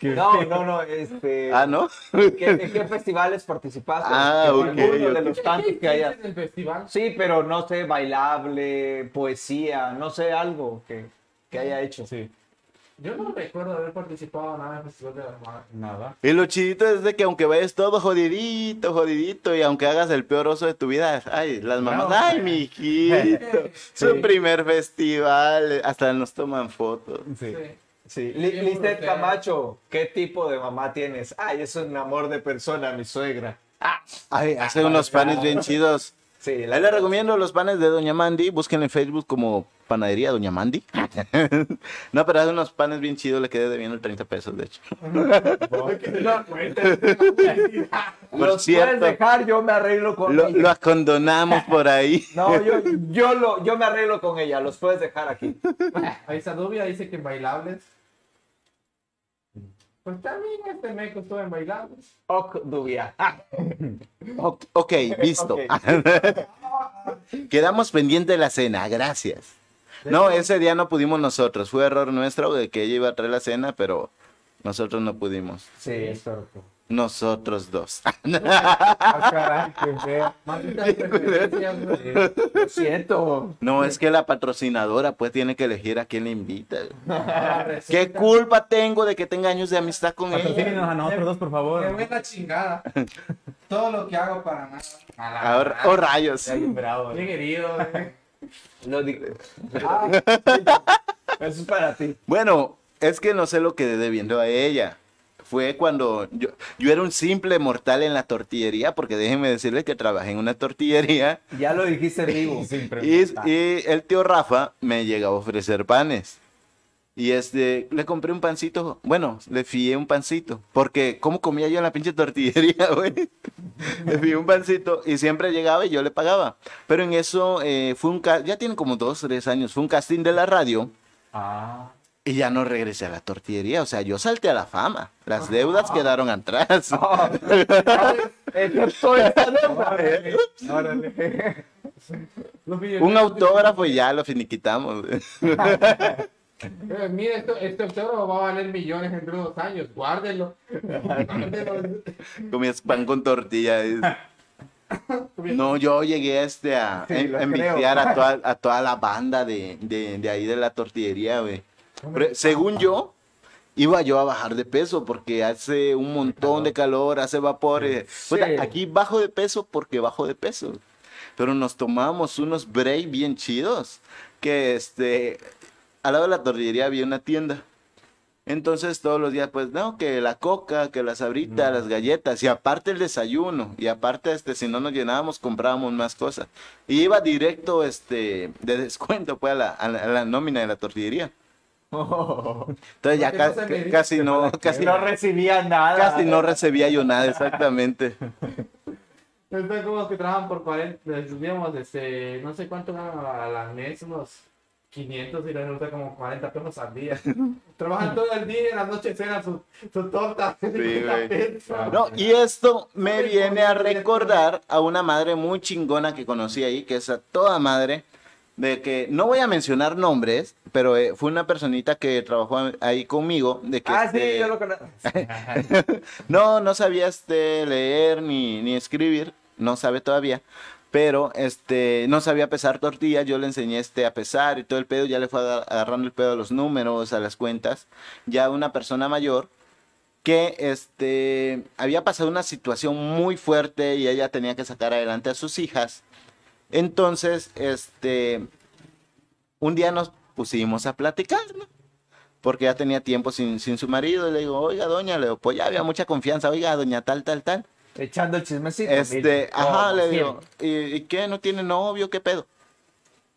[SPEAKER 4] Qué
[SPEAKER 1] No,
[SPEAKER 4] feo.
[SPEAKER 1] no, no, este...
[SPEAKER 2] Ah, ¿no?
[SPEAKER 1] ¿qué- ¿En qué festivales participaste?
[SPEAKER 2] Ah,
[SPEAKER 1] Que
[SPEAKER 2] ok,
[SPEAKER 1] alguno de
[SPEAKER 2] ok.
[SPEAKER 1] los tantos que haya.
[SPEAKER 3] en el festival?
[SPEAKER 1] Sí, pero no sé, bailable, poesía, no sé, algo que, que haya hecho.
[SPEAKER 4] Sí,
[SPEAKER 3] Yo no recuerdo haber participado en nada en el festival de las madres.
[SPEAKER 4] nada.
[SPEAKER 2] Y lo chidito es de que aunque vayas todo jodidito, jodidito, y aunque hagas el peor oso de tu vida, ay, las mamás,
[SPEAKER 4] No.
[SPEAKER 2] ay, mi hijito, su primer festival, hasta nos toman fotos.
[SPEAKER 3] Sí.
[SPEAKER 4] Sí.
[SPEAKER 1] Sí. Li-
[SPEAKER 3] Sí,
[SPEAKER 1] Lisette
[SPEAKER 3] porque-
[SPEAKER 1] Camacho, ¿qué tipo de mamá tienes? Ay, es un amor de persona, mi suegra.
[SPEAKER 2] Ay, hace unos panes bien chidos.
[SPEAKER 1] Sí, la-
[SPEAKER 2] Ahí les recomiendo los panes de Doña Mandy, busquen en Facebook como Panadería Doña Mandy. no, pero hace unos panes bien chidos, le quedé debiendo el 30 pesos, de hecho.
[SPEAKER 3] No, cuenta.
[SPEAKER 2] Por
[SPEAKER 1] Los
[SPEAKER 2] cierto,
[SPEAKER 1] puedes dejar, yo me arreglo con
[SPEAKER 2] lo,
[SPEAKER 1] ella.
[SPEAKER 2] lo acondonamos por ahí.
[SPEAKER 1] No, yo, yo, lo, yo me arreglo con ella, los puedes dejar aquí.
[SPEAKER 3] Ahí Sadubia dice que en bailables. Pues también este me estuvo en bailables.
[SPEAKER 1] Ok, Dubia. Ah,
[SPEAKER 2] O- Ok, visto.
[SPEAKER 1] Ok.
[SPEAKER 2] Quedamos pendiente de la cena, gracias. No, ese día no pudimos nosotros. Fue error nuestro de que ella iba a traer la cena, pero nosotros no pudimos.
[SPEAKER 1] sí, es cierto.
[SPEAKER 2] Nosotros dos.
[SPEAKER 4] Ah, caray, qué feo.
[SPEAKER 3] Maldita preferencias, güey.
[SPEAKER 1] Lo siento.
[SPEAKER 2] No, es que la patrocinadora pues tiene que elegir a quién le invita.
[SPEAKER 3] Ah,
[SPEAKER 2] ¿Qué
[SPEAKER 3] resulta-
[SPEAKER 2] culpa tengo de que tenga años de amistad con ella?
[SPEAKER 4] Patrocínenos a nosotros dos, por favor.
[SPEAKER 3] Me voy a la chingada. Todo lo que hago para nada. A la-
[SPEAKER 2] Ah, Oh, rayos.
[SPEAKER 4] Bravo.
[SPEAKER 3] Bien eh. querido, güey.
[SPEAKER 1] Lo digo. eso es para ti.
[SPEAKER 2] Bueno, es que no sé lo que debiendo a ella. Fue cuando yo, yo era un simple mortal en la tortillería, porque déjenme decirles que trabajé en una tortillería.
[SPEAKER 1] Ya lo dijiste en vivo.
[SPEAKER 2] Y, y el tío Rafa me llega a ofrecer panes. Y este, le compré un pancito, bueno, le fié un pancito, porque ¿cómo comía yo en la pinche tortillería, güey? Le fié un pancito y siempre llegaba y yo le pagaba. Pero en eso eh, fue un, ca- ya tiene como dos, tres años, fue un casting de la radio
[SPEAKER 4] Ah,
[SPEAKER 2] y ya no regresé a la tortillería, o sea, yo salté a la fama, las deudas quedaron atrás.
[SPEAKER 1] Excepto esta deuda.
[SPEAKER 4] órale, órale.
[SPEAKER 3] Los videos-
[SPEAKER 2] Un autógrafo y ya lo finiquitamos. güey.
[SPEAKER 3] Eh, mira, esto, este autógrafo va a valer millones entre dos años. Guárdenlo. Guárdenlo.
[SPEAKER 2] Comías pan con tortilla. dice. No, yo llegué este a
[SPEAKER 1] Sí,
[SPEAKER 2] en-
[SPEAKER 1] lo
[SPEAKER 2] enviciar a toda, a toda la banda de, de- de ahí de la tortillería, güey. Pero, Según yo, iba yo a bajar de peso porque hace un montón de calor, hace vapores. Puta,
[SPEAKER 1] Sí.
[SPEAKER 2] Aquí bajo de peso porque bajo de peso. Pero nos tomamos unos break bien chidos. Que este, al lado de la tortillería había una tienda. Entonces todos los días, pues, no, que la coca, que las sabritas, las galletas, y aparte el desayuno, y aparte, este, si no nos llenábamos, comprábamos más cosas. Y iba directo, este, de descuento, pues, a la, a la- a la nómina de la tortillería. Entonces ya
[SPEAKER 3] Porque Oh.
[SPEAKER 2] ca-
[SPEAKER 3] no se me dice
[SPEAKER 2] casi no, casi,
[SPEAKER 1] No recibía nada.
[SPEAKER 2] casi no recibía yo nada, exactamente.
[SPEAKER 3] Entonces, como los que trabajan por 40, les subíamos, este, no sé cuánto ganan a la- a la mes, unos 500 y les resulta como 40 pesos al día. trabajan todo el día y en la noche cenan su, su torta. de 50
[SPEAKER 2] güey. Ah,
[SPEAKER 3] pesos.
[SPEAKER 2] No, y esto me
[SPEAKER 3] Ay,
[SPEAKER 2] viene a
[SPEAKER 3] pobre director.
[SPEAKER 2] recordar a una madre muy chingona que conocí ahí, que es a toda madre, de que no voy a mencionar nombres, pero eh, fue una personita que trabajó ahí conmigo, de que...
[SPEAKER 1] Ah,
[SPEAKER 2] este,
[SPEAKER 1] sí, yo lo conozco.
[SPEAKER 2] no, no sabía este, leer ni, ni escribir, no sabe todavía. Pero este, no sabía pesar tortillas, yo le enseñé este, a pesar y todo el pedo, ya le fue aga- agarrando el pedo a los números, a las cuentas. Ya una persona mayor que este, había pasado una situación muy fuerte y ella tenía que sacar adelante a sus hijas. Entonces, este, un día nos pusimos a platicar, ¿no? porque ya tenía tiempo sin, sin su marido. Y le digo, oiga, doña, le digo, pues ya había mucha confianza, oiga, doña tal, tal, tal.
[SPEAKER 1] Echando el chismecito.
[SPEAKER 2] Este,
[SPEAKER 1] Mira,
[SPEAKER 2] ajá,
[SPEAKER 1] como
[SPEAKER 2] le digo,
[SPEAKER 1] siempre.
[SPEAKER 2] ¿y, y qué? ¿No tiene novio? ¿Qué pedo?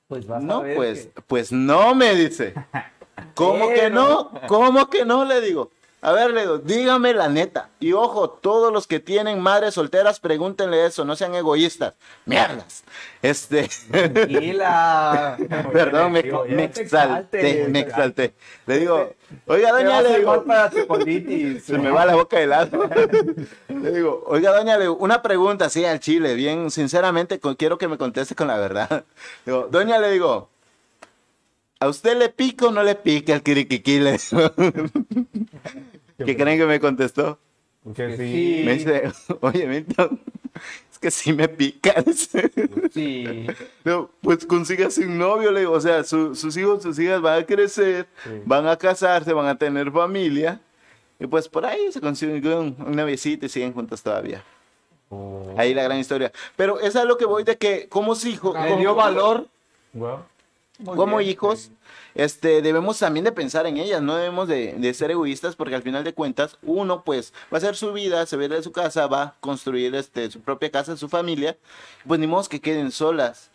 [SPEAKER 1] Pues vas a
[SPEAKER 2] no,
[SPEAKER 1] ver
[SPEAKER 2] pues,
[SPEAKER 1] que-
[SPEAKER 2] pues no, me dice. ¿Cómo que no? ¿Cómo que no? Le digo. A ver, le digo, dígame la neta. Y ojo, todos los que tienen madres solteras, pregúntenle eso, no sean egoístas. Mierdas. Este.
[SPEAKER 1] Tranquila.
[SPEAKER 2] Perdón, me,
[SPEAKER 1] Digo,
[SPEAKER 2] me
[SPEAKER 1] no te
[SPEAKER 2] exalté,
[SPEAKER 1] exaltes.
[SPEAKER 2] me exalté. Le digo, oiga,
[SPEAKER 1] Te va
[SPEAKER 2] doña,
[SPEAKER 1] a
[SPEAKER 2] le
[SPEAKER 1] hacer
[SPEAKER 2] digo,
[SPEAKER 1] mal para tu colitis.
[SPEAKER 2] se me va la boca de lado. le digo, oiga, doña, le digo, una pregunta así al chile, bien, sinceramente, con- quiero que me conteste con la verdad. Digo, doña, le digo, ¿a usted le pica o no le pica el kiriquiquí? Le digo. ¿Qué creen que me contestó?
[SPEAKER 4] Que sí.
[SPEAKER 1] sí.
[SPEAKER 2] Me dice, oye, Milton, es que sí me pica. dice.
[SPEAKER 1] Sí.
[SPEAKER 2] No, pues consígase un novio, le digo. O sea, su- sus hijos, sus hijas van a crecer, van a casarse, van a tener familia. Y pues por ahí se consigue un, un noviecito y siguen juntos todavía.
[SPEAKER 1] Oh.
[SPEAKER 2] Ahí la gran historia. Pero esa es lo que voy de que como si hijo,
[SPEAKER 1] Le dio valor.
[SPEAKER 4] Wow.
[SPEAKER 1] Muy
[SPEAKER 2] como
[SPEAKER 1] bien.
[SPEAKER 2] hijos, este, debemos también de pensar en ellas, no debemos de, de ser egoístas porque al final de cuentas uno pues va a hacer su vida, se va a ir de su casa, va a construir este, su propia casa, su familia, pues ni modo que queden solas.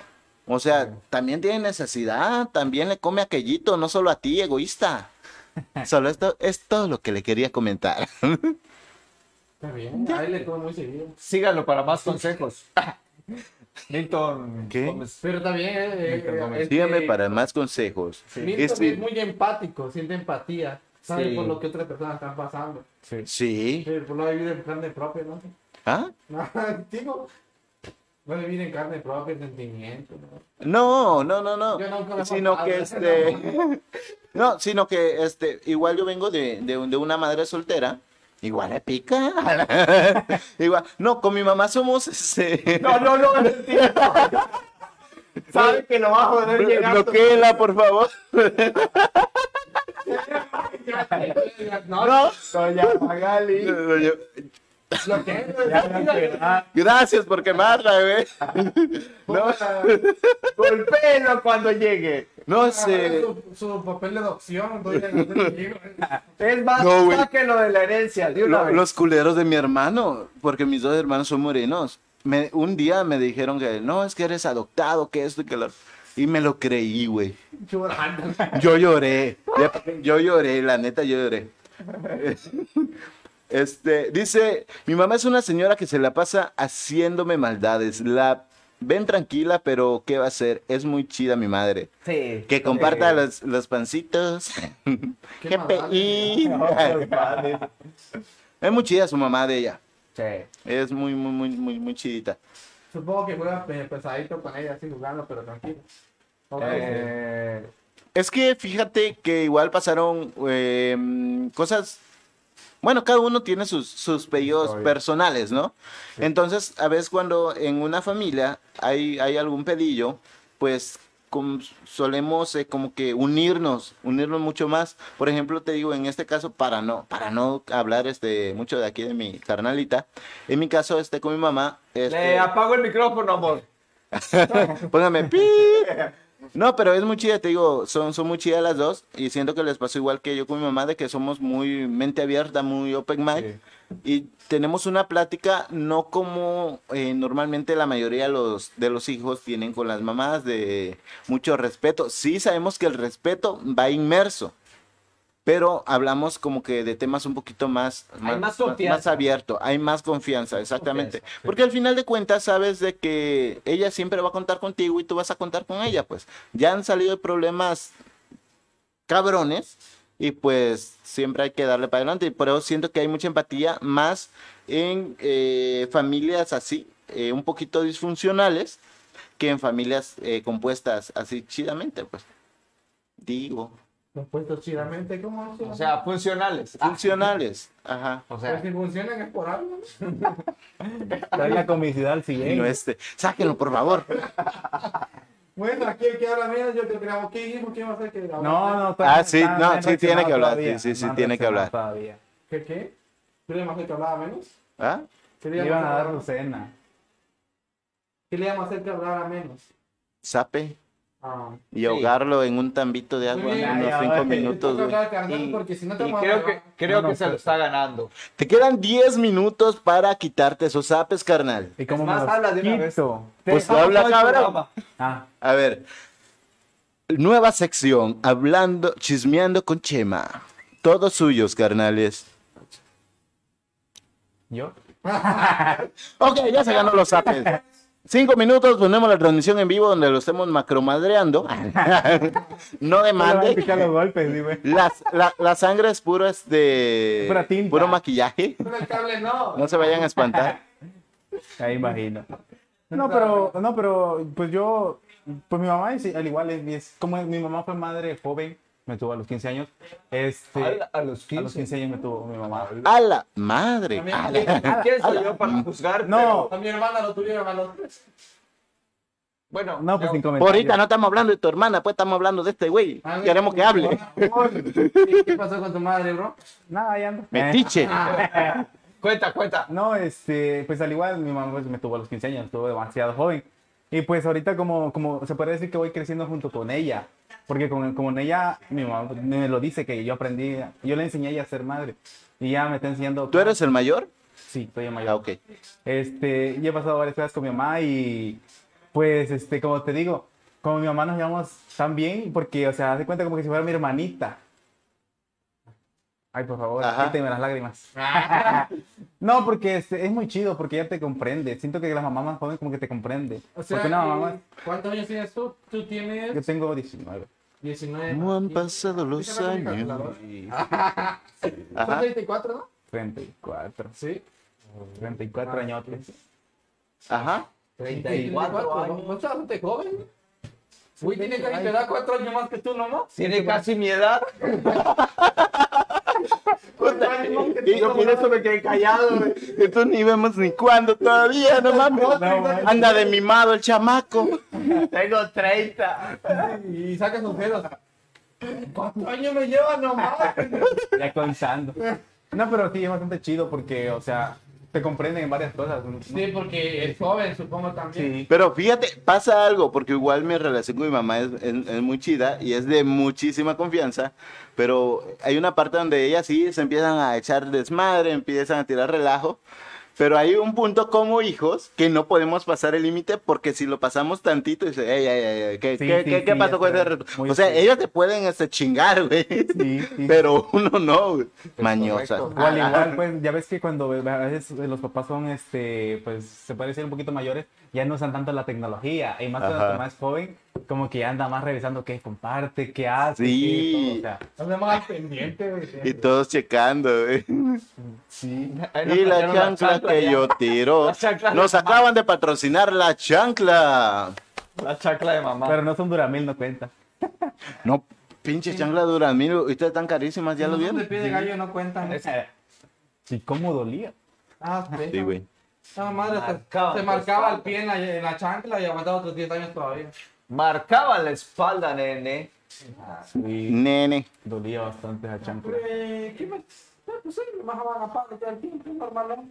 [SPEAKER 2] O sea, también tienen necesidad, también le come aquellito, no solo a ti, egoísta. Solo esto es todo lo que le quería comentar.
[SPEAKER 3] Está bien, ahí le como muy seguido.
[SPEAKER 1] Síganlo para más consejos. Milton
[SPEAKER 2] ¿Qué?
[SPEAKER 1] Gómez.
[SPEAKER 3] Pero está bien, eh, eh, este,
[SPEAKER 2] Síganme para más consejos.
[SPEAKER 3] Milton
[SPEAKER 2] Este-
[SPEAKER 3] es muy empático, siente empatía, sabe
[SPEAKER 1] Sí.
[SPEAKER 3] por lo que otras personas están pasando.
[SPEAKER 2] Sí.
[SPEAKER 3] Pero por lo vivir en carne propia, ¿no?
[SPEAKER 2] ¿Ah?
[SPEAKER 3] No, digo, no vivir en carne propia, en sentimiento, ¿no?
[SPEAKER 2] No, no, no, no.
[SPEAKER 3] Yo nunca me he
[SPEAKER 2] Sino que
[SPEAKER 3] portado
[SPEAKER 2] este.
[SPEAKER 3] de
[SPEAKER 2] No, sino que este. Igual yo vengo de, de, un- de una madre soltera. Igual le pica. igual. No, con mi mamá somos. Este...
[SPEAKER 1] No, no, no, no entiendo. Sabe que lo va a joder llegando.
[SPEAKER 2] Bloquéela, por favor.
[SPEAKER 3] No,
[SPEAKER 2] No.
[SPEAKER 1] Doña Magali.
[SPEAKER 3] lo que es,
[SPEAKER 4] Ya me han quedado.
[SPEAKER 2] Gracias por quemarla, güey.
[SPEAKER 3] no,
[SPEAKER 1] Golpéelo cuando llegue.
[SPEAKER 2] No este, sé.
[SPEAKER 3] su, su papel de adopción, doy la adopción, digo,
[SPEAKER 1] Es más,
[SPEAKER 2] No, güey.
[SPEAKER 1] sáquenlo de la herencia. De una
[SPEAKER 2] Lo-
[SPEAKER 1] vez.
[SPEAKER 2] los culeros de mi hermano, porque mis dos hermanos son morenos. Me, un día me dijeron que no, es que eres adoptado, que esto y que lo. Y me lo creí, güey.
[SPEAKER 3] llorando.
[SPEAKER 2] Yo lloré. Le- Yo lloré, la neta, yo lloré. Este, dice, mi mamá es una señora que se la pasa haciéndome maldades. La ven tranquila, pero ¿qué va a hacer? Es muy chida mi madre.
[SPEAKER 1] Sí.
[SPEAKER 2] Que comparta
[SPEAKER 1] Sí.
[SPEAKER 2] los, los pancitos.
[SPEAKER 3] Qué
[SPEAKER 2] GPI.
[SPEAKER 1] pues,
[SPEAKER 2] es muy chida su mamá de ella.
[SPEAKER 1] Sí.
[SPEAKER 2] Es muy, muy, muy, muy, muy chidita.
[SPEAKER 3] Supongo que juega pe- pesadito con ella, así jugando, pero tranquilo. Ok,
[SPEAKER 1] Eh,
[SPEAKER 2] Es que fíjate que igual pasaron eh, cosas. Bueno, cada uno tiene sus, sus periodos
[SPEAKER 1] Obvio.
[SPEAKER 2] personales, ¿no? Entonces, a veces cuando en una familia hay, hay algún pedillo, pues com- solemos eh, como que unirnos, unirnos mucho más. Por ejemplo, te digo, en este caso, para no, para no hablar este, mucho de aquí de mi carnalita, en mi caso, este, con mi mamá, este,
[SPEAKER 1] Le apago el micrófono, amor.
[SPEAKER 2] póngame pi. No, pero es muy chida, te digo, son, son muy chidas las dos y siento que les pasó igual que yo con mi mamá de que somos muy mente abierta, muy open mind y tenemos una plática no como eh, normalmente la mayoría de los, de los hijos tienen con las mamás de mucho respeto. Sí sabemos que el respeto va inmerso, pero hablamos como que de temas un poquito más,
[SPEAKER 1] más confianza.
[SPEAKER 2] más abierto, hay más confianza, exactamente.
[SPEAKER 1] Confianza,
[SPEAKER 2] Porque al final de cuentas sabes de que ella siempre va a contar contigo y tú vas a contar con ella, pues ya han salido problemas cabrones y pues siempre hay que darle para adelante. Y por eso siento que hay mucha empatía más en eh, familias así, eh, un poquito disfuncionales, que en familias eh, compuestas así chidamente, pues. Digo,
[SPEAKER 3] Los puestos chidamente, ¿cómo es?
[SPEAKER 1] O sea, funcionales.
[SPEAKER 2] funcionales. Ajá.
[SPEAKER 1] O
[SPEAKER 3] Pero
[SPEAKER 4] Pues
[SPEAKER 1] sea,
[SPEAKER 3] si funcionan es por algo.
[SPEAKER 4] Trae la comicidad al
[SPEAKER 2] Y no
[SPEAKER 4] siguiente.
[SPEAKER 2] este. Sáquenlo, por favor.
[SPEAKER 3] Bueno, aquí el que habla menos, yo te creo. ¿Qué dijimos? ¿Quién va a hacer que la
[SPEAKER 4] No, no,
[SPEAKER 2] Ah, sí,
[SPEAKER 4] está-
[SPEAKER 2] no,
[SPEAKER 4] está
[SPEAKER 2] sí tiene que
[SPEAKER 4] reaccionado
[SPEAKER 2] hablar,
[SPEAKER 4] todavía,
[SPEAKER 2] sí, sí, sí
[SPEAKER 4] no han
[SPEAKER 2] tiene que
[SPEAKER 4] reaccionado
[SPEAKER 2] hablar.
[SPEAKER 4] Todavía.
[SPEAKER 3] ¿Qué qué? ¿Tú le llamas que hablaba menos?
[SPEAKER 2] ¿Ah?
[SPEAKER 3] ¿Qué
[SPEAKER 4] Le
[SPEAKER 3] le
[SPEAKER 4] iban
[SPEAKER 3] llamas
[SPEAKER 4] a dar
[SPEAKER 3] hacer?
[SPEAKER 4] Lucena.
[SPEAKER 3] ¿Qué le llamas hacer que hablara menos?
[SPEAKER 2] Sape
[SPEAKER 3] Ah.
[SPEAKER 2] y ahogarlo en un tambito de agua
[SPEAKER 3] Muy bien.
[SPEAKER 2] en unos
[SPEAKER 4] Ya, ya,
[SPEAKER 2] cinco
[SPEAKER 4] vale.
[SPEAKER 2] minutos.
[SPEAKER 3] Te toca
[SPEAKER 2] güey.
[SPEAKER 3] hablar, carnal,
[SPEAKER 1] Y-
[SPEAKER 3] porque si no te
[SPEAKER 1] y
[SPEAKER 3] vamos a
[SPEAKER 1] creo que,
[SPEAKER 3] hablar.
[SPEAKER 1] creo
[SPEAKER 4] No,
[SPEAKER 1] que
[SPEAKER 4] no,
[SPEAKER 1] se lo
[SPEAKER 4] pues.
[SPEAKER 1] está ganando.
[SPEAKER 2] Te quedan 10 minutos para quitarte esos sapes, carnal.
[SPEAKER 4] ¿Y cómo
[SPEAKER 1] Es
[SPEAKER 4] me
[SPEAKER 1] más,
[SPEAKER 4] los
[SPEAKER 1] habla de una vez.
[SPEAKER 4] quito?
[SPEAKER 2] Pues
[SPEAKER 1] Dejamos
[SPEAKER 2] habla,
[SPEAKER 1] todo el
[SPEAKER 2] cabrón.
[SPEAKER 1] programa.
[SPEAKER 4] Ah,
[SPEAKER 2] A ver. Nueva sección, hablando, chismeando con Chema. Todos suyos, carnales.
[SPEAKER 4] ¿yo?
[SPEAKER 2] Ok, ya se ganó los zapes. Cinco minutos, ponemos la transmisión en vivo donde lo estemos macromadreando. no
[SPEAKER 4] Mande. a
[SPEAKER 2] demande.
[SPEAKER 4] picar los golpes, eh. sí, güey.
[SPEAKER 2] Las- la, la sangre es puro, este,
[SPEAKER 4] Pura tinta.
[SPEAKER 2] puro maquillaje.
[SPEAKER 3] Con el cable no.
[SPEAKER 2] No se vayan a espantar.
[SPEAKER 4] Ahí imagino. No, pero, no, pero, pues yo, pues mi mamá, es, al igual, es, es- como mi mamá fue madre joven, me tuvo a los 15 años, este,
[SPEAKER 1] A la- a los Ah,
[SPEAKER 4] a los 15 años me tuvo mi mamá.
[SPEAKER 2] A la madre. A Ah, la-
[SPEAKER 1] ¿Quién soy yo para juzgar?
[SPEAKER 4] No,
[SPEAKER 3] A mi hermana lo tuvieron a los tres.
[SPEAKER 1] Bueno,
[SPEAKER 4] no, pues sin
[SPEAKER 2] Por
[SPEAKER 4] comentarios.
[SPEAKER 2] Ahorita no estamos hablando de tu hermana, pues estamos hablando de este güey.
[SPEAKER 3] A ver,
[SPEAKER 2] Queremos que hable.
[SPEAKER 3] por favor. ¿Qué qué pasó con tu madre, bro?
[SPEAKER 4] Nada, ya no. Eh.
[SPEAKER 2] Metiche.
[SPEAKER 1] cuenta, cuenta.
[SPEAKER 4] No, este, pues al igual, mi mamá pues, me tuvo a los 15 años, estuvo demasiado joven. Y pues ahorita como, como se puede decir que voy creciendo junto con ella, porque con, con ella, mi mamá me lo dice que yo aprendí, yo le enseñé a ella a ser madre. Y ya me está enseñando...
[SPEAKER 2] ¿Tú eres el mayor?
[SPEAKER 4] Sí, estoy en mayor.
[SPEAKER 2] Ah, ok.
[SPEAKER 4] Este, yo he pasado varias cosas con mi mamá y pues, este, como te digo, con mi mamá nos llevamos tan bien porque, o sea, hace cuenta como que si fuera mi hermanita. Ay, por favor,
[SPEAKER 2] Ajá.
[SPEAKER 4] quíteme las lágrimas. no, porque este, es muy chido porque ella te comprende. Siento que las mamás más jóvenes como que te comprende.
[SPEAKER 3] O sea, eh,
[SPEAKER 4] porque una mamá más-
[SPEAKER 3] ¿y ¿cuántos años tienes tú? Tú
[SPEAKER 4] Yo
[SPEAKER 3] tienes
[SPEAKER 4] tengo 19.
[SPEAKER 3] 19.
[SPEAKER 2] ¿Cómo han pasado los
[SPEAKER 3] Déjame ver mi
[SPEAKER 2] años?
[SPEAKER 3] calculadora. ¿Son
[SPEAKER 2] Ajá.
[SPEAKER 3] 34, no?
[SPEAKER 4] 34.
[SPEAKER 3] Sí.
[SPEAKER 4] 34
[SPEAKER 3] Ah,
[SPEAKER 4] añotes.
[SPEAKER 2] Ajá.
[SPEAKER 1] 34
[SPEAKER 3] ¿no?
[SPEAKER 1] años.
[SPEAKER 3] ¿No estás bastante joven? Uy, tiene casi te da 4 años más que tú, nomás.
[SPEAKER 1] Tiene casi mi edad.
[SPEAKER 3] Cuatro años más que tú,
[SPEAKER 2] Y yo por eso
[SPEAKER 1] me quedé callado.
[SPEAKER 2] Entonces ni vemos ni cuándo todavía, no mames. Anda de mimado el chamaco.
[SPEAKER 1] Tengo 30.
[SPEAKER 3] nomás. Y saca sus dedos. ¿Cuántos años me lleva nomás?
[SPEAKER 4] Ya contando. No, pero sí, es bastante chido porque, o sea, te comprenden en varias cosas. ¿no?
[SPEAKER 3] Sí, porque es joven, supongo también.
[SPEAKER 4] Sí.
[SPEAKER 2] Pero fíjate, pasa algo, porque igual mi relación con mi mamá es, es- es muy chida y es de muchísima confianza, pero hay una parte donde ellas sí se empiezan a echar desmadre, empiezan a tirar relajo, pero hay un punto como hijos que no podemos pasar el límite porque si lo pasamos tantito, dice, "Ey, ey, ey, ey, ¿qué,
[SPEAKER 4] Sí,
[SPEAKER 2] qué-
[SPEAKER 4] sí,
[SPEAKER 2] qué-
[SPEAKER 4] sí,
[SPEAKER 2] qué pasó
[SPEAKER 4] ya
[SPEAKER 2] con
[SPEAKER 4] sé,
[SPEAKER 2] ese reto?
[SPEAKER 4] muy
[SPEAKER 2] O sea,
[SPEAKER 4] cierto.
[SPEAKER 2] ellos te pueden este, chingar, güey,
[SPEAKER 4] Sí, sí.
[SPEAKER 2] pero uno no, güey. mañosas.
[SPEAKER 1] correcto.
[SPEAKER 4] O al
[SPEAKER 2] ah.
[SPEAKER 4] igual, pues, ya ves que cuando a veces eh, los papás son, este, pues, se puede decir un poquito mayores, ya no usan tanto la tecnología. Y más cuando
[SPEAKER 2] Ajá.
[SPEAKER 4] tu mamá es joven, como que ya anda más revisando qué comparte, qué hace,
[SPEAKER 2] Sí.
[SPEAKER 4] qué todo, o sea,
[SPEAKER 3] No más al pendiente, güey.
[SPEAKER 2] Y todos checando, güey.
[SPEAKER 4] sí.
[SPEAKER 2] Y la chancla que yo tiro.
[SPEAKER 1] La chancla de
[SPEAKER 2] Nos acaban de patrocinar la chancla.
[SPEAKER 1] La chacla de mamá.
[SPEAKER 4] Pero no son Duramil, no cuenta.
[SPEAKER 2] No, pinche chancla Duramil. Ahorita están carísimas, ¿ya lo
[SPEAKER 3] No son de
[SPEAKER 2] vieron?
[SPEAKER 3] pie de gallo no cuentan.
[SPEAKER 4] Sí, cómo dolía.
[SPEAKER 3] Ah,
[SPEAKER 2] Sí, güey.
[SPEAKER 3] No, Ah, madre,
[SPEAKER 1] Marcaba,
[SPEAKER 3] se, se marcaba el pie en la, en la chancla y aguantaba otros 10 años todavía.
[SPEAKER 1] Marcaban la espalda, nene.
[SPEAKER 4] Sí,
[SPEAKER 2] Nene.
[SPEAKER 4] dolía bastante
[SPEAKER 1] Ah.
[SPEAKER 4] la chancla.
[SPEAKER 3] Eh, ¿Qué me.? No, pues sí, me bajaban la pala todo el tiempo, normal. ¿no?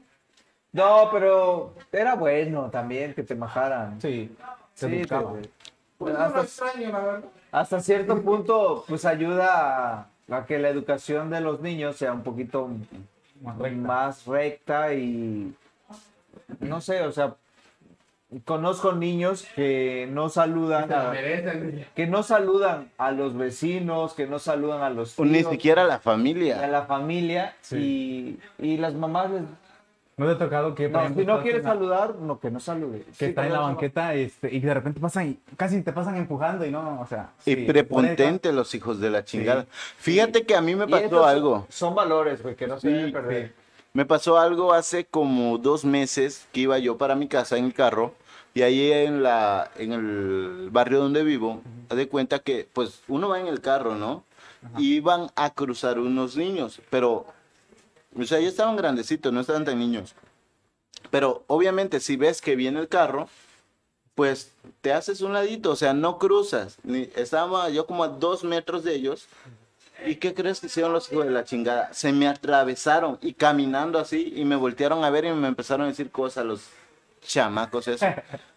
[SPEAKER 1] No, pero era bueno también que te majaran.
[SPEAKER 4] Sí, se
[SPEAKER 1] Sí,
[SPEAKER 4] buscaba.
[SPEAKER 1] te-
[SPEAKER 3] Pues no lo extraño, la verdad.
[SPEAKER 1] Hasta cierto punto, pues ayuda a, a que la educación de los niños sea un poquito
[SPEAKER 4] Más recta.
[SPEAKER 1] más recta y no sé, o sea, conozco niños que no saludan
[SPEAKER 3] Se la
[SPEAKER 1] a,
[SPEAKER 3] merecen.
[SPEAKER 1] que no saludan a los vecinos, que no saludan a los
[SPEAKER 2] Ni
[SPEAKER 1] tíos,
[SPEAKER 2] siquiera la
[SPEAKER 1] ni a
[SPEAKER 2] familia.
[SPEAKER 1] la familia y, y las mamás les-
[SPEAKER 4] ¿No te ha tocado que, por
[SPEAKER 1] no,
[SPEAKER 4] ejemplo,
[SPEAKER 1] si no
[SPEAKER 4] estás
[SPEAKER 1] quieres
[SPEAKER 4] en la-
[SPEAKER 1] saludar, no que no salude.
[SPEAKER 4] que
[SPEAKER 1] Sí,
[SPEAKER 4] estás en
[SPEAKER 1] no,
[SPEAKER 4] la
[SPEAKER 1] no,
[SPEAKER 4] banqueta este, y de repente pasan y casi te pasan empujando y no, o sea.
[SPEAKER 2] Y
[SPEAKER 4] sí,
[SPEAKER 2] prepotente los hijos de la chingada. Fíjate que a mí me
[SPEAKER 1] Y estos
[SPEAKER 2] pasó
[SPEAKER 1] son-
[SPEAKER 2] algo.
[SPEAKER 1] Son valores, güey, que no se
[SPEAKER 2] Sí,
[SPEAKER 1] deben perder.
[SPEAKER 2] Me pasó algo hace como dos meses que iba yo para mi casa en el carro y ahí en, la, en el barrio donde vivo, haz de cuenta que pues uno va en el carro, ¿no? Y iban a cruzar unos niños, pero, o sea, ya estaban grandecitos, no estaban tan niños. Pero obviamente si ves que viene el carro, pues te haces un ladito, o sea, no cruzas. Ni, estaba yo como a dos metros de ellos ¿Y qué crees que hicieron los hijos de la chingada? Se me atravesaron y caminando así y me voltearon a ver y me empezaron a decir cosas los chamacos eso.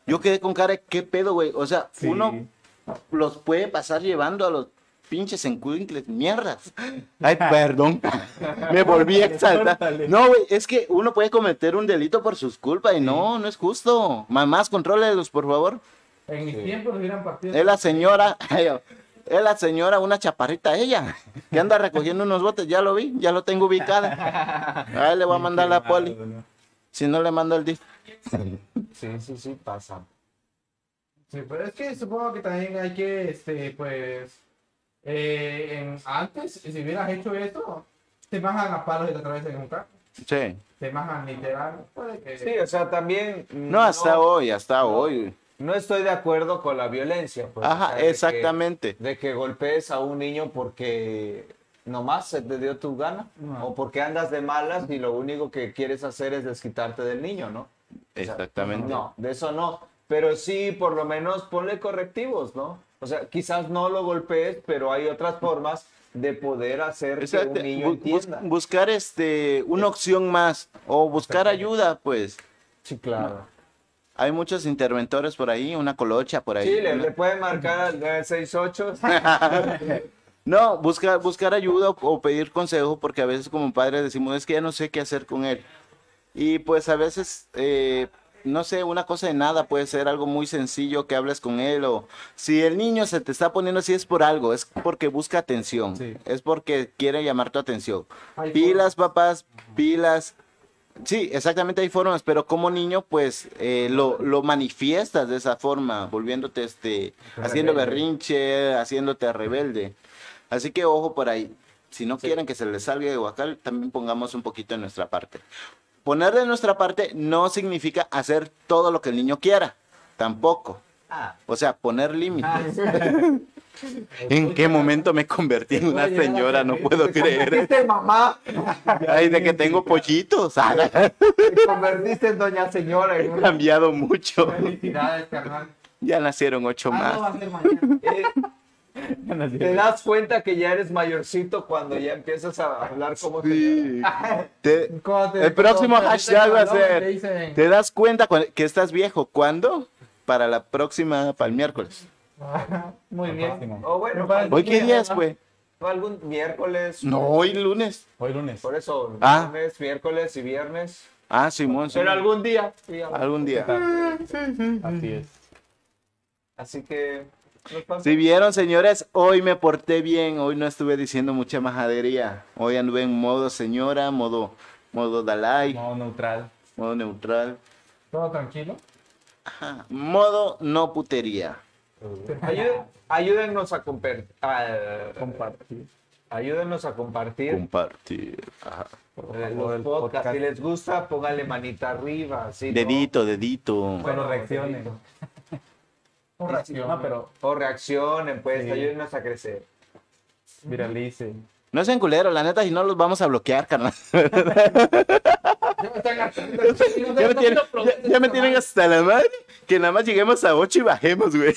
[SPEAKER 2] Yo quedé con cara de qué pedo, güey. O sea,
[SPEAKER 4] Sí.
[SPEAKER 2] uno los puede pasar llevando a los pinches encuincles, mierdas. Ay, perdón. Me volví a exaltar.
[SPEAKER 4] Córtale.
[SPEAKER 2] No, güey, es que uno puede cometer un delito por sus culpas y no, no es justo. Mamás, contrólelos, por favor.
[SPEAKER 3] En mis tiempos hubieran partido.
[SPEAKER 2] Es la señora, es la señora, una chaparrita ella, que anda recogiendo unos botes, ya lo vi, ya lo tengo ubicada. Ahí le voy a mandar la poli,
[SPEAKER 4] Ah, ¿no?
[SPEAKER 2] si no le mando el disco.
[SPEAKER 1] Sí, sí, sí, pasa.
[SPEAKER 3] Sí, pero es que supongo que también hay que, este, pues, eh, en- antes, si hubieras hecho esto, te bajan a palos y te atraviesan en un carro.
[SPEAKER 2] Sí.
[SPEAKER 3] Te bajan literal. Puede que...
[SPEAKER 1] Sí, o sea, también. mm,
[SPEAKER 2] No, hasta hoy, hasta hoy.
[SPEAKER 1] no estoy de acuerdo con la violencia. pues, o sea,
[SPEAKER 2] Ajá,
[SPEAKER 1] de que-
[SPEAKER 2] exactamente.
[SPEAKER 1] De que golpees a un niño porque nomás se te dio tu gana.
[SPEAKER 4] No.
[SPEAKER 1] O porque andas de malas y lo único que quieres hacer es desquitarte del niño, ¿no?
[SPEAKER 2] Exactamente.
[SPEAKER 1] No, de eso no. Pero sí, por lo menos ponle correctivos, ¿no? O sea, quizás no lo golpees, pero hay otras formas de poder hacer
[SPEAKER 2] Exacto.
[SPEAKER 1] que un niño
[SPEAKER 2] Bu- bus-
[SPEAKER 1] entienda.
[SPEAKER 2] buscar este una opción más o buscar ayuda, pues.
[SPEAKER 1] Sí, claro.
[SPEAKER 2] Hay muchos interventores por ahí, una colocha por ahí.
[SPEAKER 1] Sí, le,
[SPEAKER 2] una-
[SPEAKER 1] le pueden marcar al 968.
[SPEAKER 2] No, buscar, buscar ayuda o, o pedir consejo, porque a veces como padres decimos, es que ya no sé qué hacer con él. Y pues a veces, eh, no sé, una cosa de nada puede ser algo muy sencillo que hables con él o si el niño se te está poniendo así es por algo, es porque busca atención,
[SPEAKER 4] Sí.
[SPEAKER 2] es porque quiere llamar tu atención.
[SPEAKER 3] Hay
[SPEAKER 2] Pilas, papás, pilas. Sí, exactamente hay formas, pero como niño, pues eh, lo, lo manifiestas de esa forma, volviéndote este, haciendo berrinche, haciéndote rebelde. Así que ojo por ahí. Si no quieren que se les salga de guacal, también pongamos un poquito de nuestra parte. Poner de nuestra parte no significa hacer todo lo que el niño quiera, tampoco.
[SPEAKER 1] Ah.
[SPEAKER 2] O sea, poner
[SPEAKER 3] Ah,
[SPEAKER 2] límites. ¿En qué momento me convertí en una señora? No puedo creer.
[SPEAKER 1] Convertiste en mamá,
[SPEAKER 2] Ay, de que tengo pollitos. Ah, Ha
[SPEAKER 1] te convertiste en doña señora. en una-
[SPEAKER 2] cambiado mucho.
[SPEAKER 3] Felicidades, carnal.
[SPEAKER 2] Ya nacieron ocho
[SPEAKER 3] Ah, no va
[SPEAKER 2] más.
[SPEAKER 3] a ser mañana.
[SPEAKER 1] Eh, te das cuenta que ya eres mayorcito cuando ya empiezas a hablar como
[SPEAKER 2] Sí.
[SPEAKER 1] señora.
[SPEAKER 2] Te-
[SPEAKER 3] Cuando te-
[SPEAKER 2] el próximo
[SPEAKER 3] cuando te
[SPEAKER 2] hashtag va a
[SPEAKER 3] dicen que no, te
[SPEAKER 2] ser,
[SPEAKER 3] dicen-
[SPEAKER 2] ¿te das cuenta cu- que estás viejo? ¿Cuándo? Para la próxima, para el miércoles.
[SPEAKER 3] Muy bien.
[SPEAKER 1] O bueno,
[SPEAKER 2] ¿Hoy qué día es, güey?
[SPEAKER 1] algún miércoles.
[SPEAKER 2] No, hoy lunes.
[SPEAKER 4] Hoy lunes.
[SPEAKER 1] Por eso,
[SPEAKER 2] Ah.
[SPEAKER 1] lunes, miércoles y viernes.
[SPEAKER 2] Ah, Simón,
[SPEAKER 1] Pero
[SPEAKER 2] Simón.
[SPEAKER 1] algún día. sí,
[SPEAKER 2] algún día.
[SPEAKER 4] Así es.
[SPEAKER 1] Así que. nos pasa.
[SPEAKER 2] Si vieron, señores, hoy me porté bien, hoy no estuve diciendo mucha majadería. Hoy anduve en modo señora, modo modo Dalai,
[SPEAKER 4] No, neutral.
[SPEAKER 2] modo neutral,
[SPEAKER 3] Todo tranquilo.
[SPEAKER 2] Ajá. modo no putería.
[SPEAKER 1] Ayuden- ayúdennos a compartir.
[SPEAKER 4] Compartir.
[SPEAKER 1] Ayúdennos a compartir
[SPEAKER 2] Compartir. Ajá.
[SPEAKER 1] eh,
[SPEAKER 4] favor,
[SPEAKER 1] los
[SPEAKER 4] el
[SPEAKER 1] podcasts.
[SPEAKER 4] podcast.
[SPEAKER 1] Si les gusta, pónganle manita arriba. ¿sí, no?
[SPEAKER 2] Dedito, dedito.
[SPEAKER 4] Solo reacciones.
[SPEAKER 1] pues,
[SPEAKER 3] Un ración.
[SPEAKER 4] No, pero
[SPEAKER 1] O reaccionen, pues.
[SPEAKER 4] Sí.
[SPEAKER 1] Ayúdennos a crecer.
[SPEAKER 4] viralice.
[SPEAKER 2] No sean culeros, la neta, si no los vamos a bloquear, carnal.
[SPEAKER 3] Ya me están gastando.
[SPEAKER 2] Ya me, tienen, ya- ya me tienen hasta la madre que nada más lleguemos a 8 y bajemos, güey.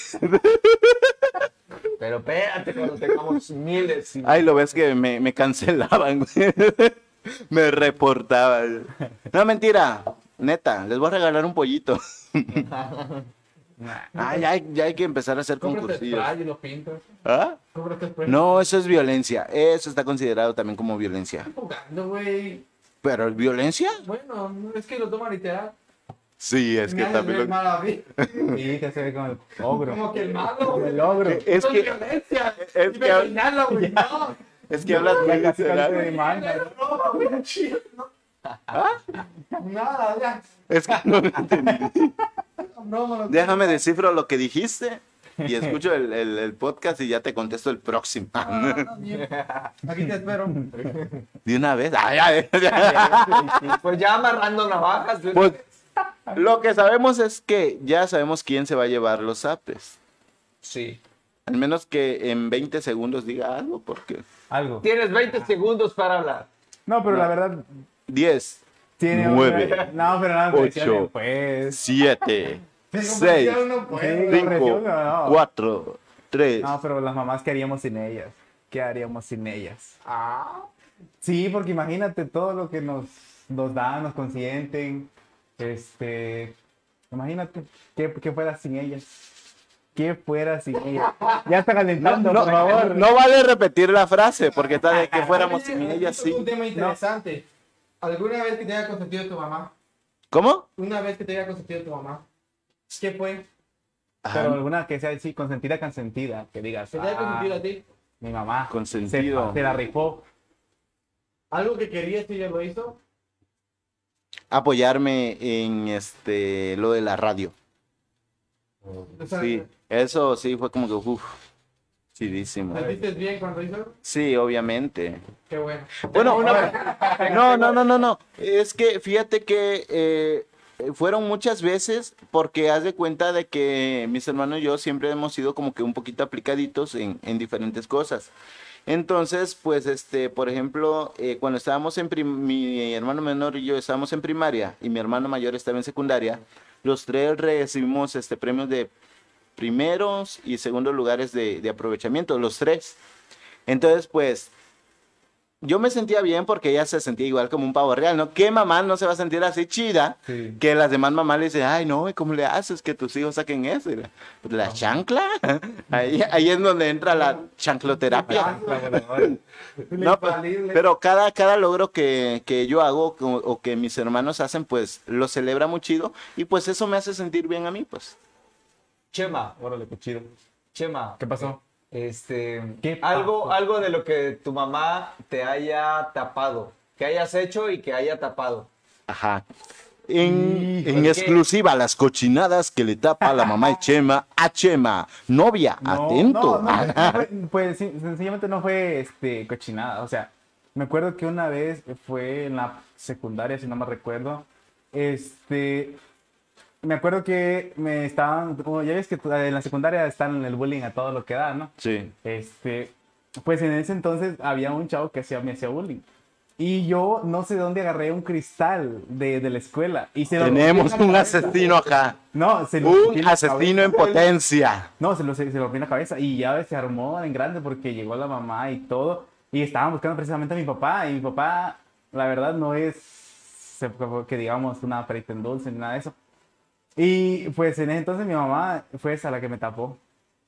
[SPEAKER 1] Pero espérate cuando tengamos miles. y-
[SPEAKER 2] Ay, lo ves que me, me cancelaban, güey. Me reportaban. No, mentira. Neta, les voy a regalar un pollito. Ah, ya hay, ya hay que empezar a hacer
[SPEAKER 3] Cómprate
[SPEAKER 2] concursillos.
[SPEAKER 3] spray y lo pintas.
[SPEAKER 2] ¿Ah?
[SPEAKER 3] Cómprate spray.
[SPEAKER 2] No, eso es violencia. Eso está considerado también como violencia.
[SPEAKER 3] Estoy jugando, güey.
[SPEAKER 2] ¿Pero es violencia?
[SPEAKER 3] Bueno, no, es que lo toma literal.
[SPEAKER 2] Sí, es
[SPEAKER 3] Me
[SPEAKER 2] que
[SPEAKER 3] haces
[SPEAKER 2] también...
[SPEAKER 3] ver
[SPEAKER 2] lo-
[SPEAKER 3] mal a mí.
[SPEAKER 4] Sí, que se ve con el ogro.
[SPEAKER 3] Como que el malo, güey.
[SPEAKER 4] El ogro.
[SPEAKER 2] Eh, Es
[SPEAKER 3] Eso
[SPEAKER 2] que-
[SPEAKER 3] violencia.
[SPEAKER 2] es
[SPEAKER 3] y
[SPEAKER 2] que-
[SPEAKER 3] me señala, güey. No.
[SPEAKER 2] Es que hablas muy
[SPEAKER 4] Ya casi
[SPEAKER 2] literal.
[SPEAKER 4] cante de manga.
[SPEAKER 3] No, güey, chido, no.
[SPEAKER 2] ¿Ah?
[SPEAKER 3] Nada, ya.
[SPEAKER 2] Es que no lo entendí.
[SPEAKER 3] No, no, no.
[SPEAKER 2] Déjame descifro lo que dijiste y escucho el, el- el podcast y ya te contesto el próximo.
[SPEAKER 3] No, no, mierda. Aquí te espero.
[SPEAKER 2] De una vez. Ay, ay, ay.
[SPEAKER 1] Pues ya amarrando navajas. de una
[SPEAKER 2] Pues,
[SPEAKER 1] vez.
[SPEAKER 2] lo que sabemos es que ya sabemos quién se va a llevar los apes.
[SPEAKER 1] Sí.
[SPEAKER 2] Al menos que en 20 segundos diga algo, porque
[SPEAKER 4] Algo.
[SPEAKER 1] Tienes 20 segundos para hablar.
[SPEAKER 4] No, pero la verdad
[SPEAKER 2] 10,
[SPEAKER 4] tiene
[SPEAKER 2] Nueve.
[SPEAKER 4] una- No, pero nada,
[SPEAKER 2] Ocho.
[SPEAKER 4] presión pues.
[SPEAKER 2] 7,
[SPEAKER 3] Tengo
[SPEAKER 2] 6,
[SPEAKER 3] presión, no puedo.
[SPEAKER 4] Sí.
[SPEAKER 2] 5,
[SPEAKER 4] presión, no.
[SPEAKER 2] 4, 3.
[SPEAKER 4] No, pero las mamás, ¿qué haríamos sin ellas? ¿Qué haríamos sin ellas?
[SPEAKER 3] Ah,
[SPEAKER 4] Sí, porque imagínate todo lo que nos, nos dan, nos consienten. Este, imagínate, ¿qué, qué fuera sin ellas? ¿Qué fuera sin ellas? Ya está calentando,
[SPEAKER 2] No,
[SPEAKER 4] por favor.
[SPEAKER 2] no vale repetir la frase, porque está de que fuéramos sin
[SPEAKER 3] oye,
[SPEAKER 2] ella, sí.
[SPEAKER 3] Un tema interesante. ¿Alguna vez que te haya consentido tu mamá?
[SPEAKER 2] ¿Cómo?
[SPEAKER 3] Una vez que te haya consentido tu mamá. ¿Qué fue?
[SPEAKER 2] Ah,
[SPEAKER 4] Pero alguna que sea así, consentida, consentida. Que digas,
[SPEAKER 3] ¿Que te haya consentido
[SPEAKER 4] "Ah,
[SPEAKER 3] a ti?
[SPEAKER 4] mi mamá se,
[SPEAKER 2] Consentido.
[SPEAKER 4] se la rifó.
[SPEAKER 3] ¿Algo que querías y ella lo hizo?
[SPEAKER 2] apoyarme en este lo de la radio.
[SPEAKER 3] O sea,
[SPEAKER 2] Sí, eso sí fue como que uff, chidísimo.
[SPEAKER 3] ¿Te sentiste bien cuando hizo?
[SPEAKER 2] Sí, obviamente.
[SPEAKER 3] Qué bueno.
[SPEAKER 2] Bueno, no, no, no, no, no. Es que fíjate que eh, fueron muchas veces porque haz de cuenta de que mis hermanos y yo siempre hemos sido como que un poquito aplicaditos en, en diferentes cosas. Entonces, pues, este, por ejemplo, eh, cuando estábamos en prim- mi hermano menor y yo estábamos en primaria y mi hermano mayor estaba en secundaria, los tres recibimos este premios de primeros y segundos lugares de, de aprovechamiento, los tres. Entonces, pues, yo me sentía bien porque ella se sentía igual como un pavo real, ¿no? ¿Qué mamá no se va a sentir así chida?
[SPEAKER 4] Sí.
[SPEAKER 2] Que las demás mamás le dicen, ay, no, ¿y ¿cómo le haces que tus hijos saquen eso? Y la, pues, ¿la chancla. Ahí, ahí es donde entra la chancloterapia.
[SPEAKER 4] La voladora.
[SPEAKER 2] No, pe- pero cada, cada logro que, que yo hago o, o que mis hermanos hacen, pues lo celebra muy chido. Y pues eso me hace sentir bien a mí, pues.
[SPEAKER 1] Chema,
[SPEAKER 4] Órale, qué chido.
[SPEAKER 1] Chema.
[SPEAKER 4] ¿Qué pasó?
[SPEAKER 1] Este,
[SPEAKER 4] ¿Qué
[SPEAKER 1] algo,
[SPEAKER 4] pasó?
[SPEAKER 1] algo de lo que tu mamá te haya tapado, que hayas hecho y que haya tapado.
[SPEAKER 2] Ajá. En, en
[SPEAKER 1] ¿qué?
[SPEAKER 2] exclusiva, las cochinadas que le tapa la mamá de Chema a Chema. Novia,
[SPEAKER 4] No,
[SPEAKER 2] atento.
[SPEAKER 4] no, no, no fue- pues sí, sencillamente no fue este, cochinada. O sea, me acuerdo que una vez fue en la secundaria, si no me recuerdo. Este, me acuerdo que me estaban, como ya ves que en la secundaria están en el bullying a todo lo que da, ¿no?
[SPEAKER 2] Sí.
[SPEAKER 4] Este, pues en ese entonces había un chavo que hacía, me hacía bullying. Y yo no sé de dónde agarré un cristal de, de la escuela. Y se lo rompí en
[SPEAKER 2] Tenemos
[SPEAKER 4] la
[SPEAKER 2] un
[SPEAKER 4] cabeza.
[SPEAKER 2] asesino acá.
[SPEAKER 4] No, se lo rompí en
[SPEAKER 2] Un
[SPEAKER 4] la
[SPEAKER 2] asesino en
[SPEAKER 4] cabeza.
[SPEAKER 2] potencia.
[SPEAKER 4] No, se lo, se, se lo rompió en la cabeza y ya se armó en grande porque llegó la mamá y todo. Y estaban buscando precisamente a mi papá. Y mi papá, la verdad, no es se- como que digamos una perita en dulce ni nada de eso. Y pues en ese entonces mi mamá fue esa la que me tapó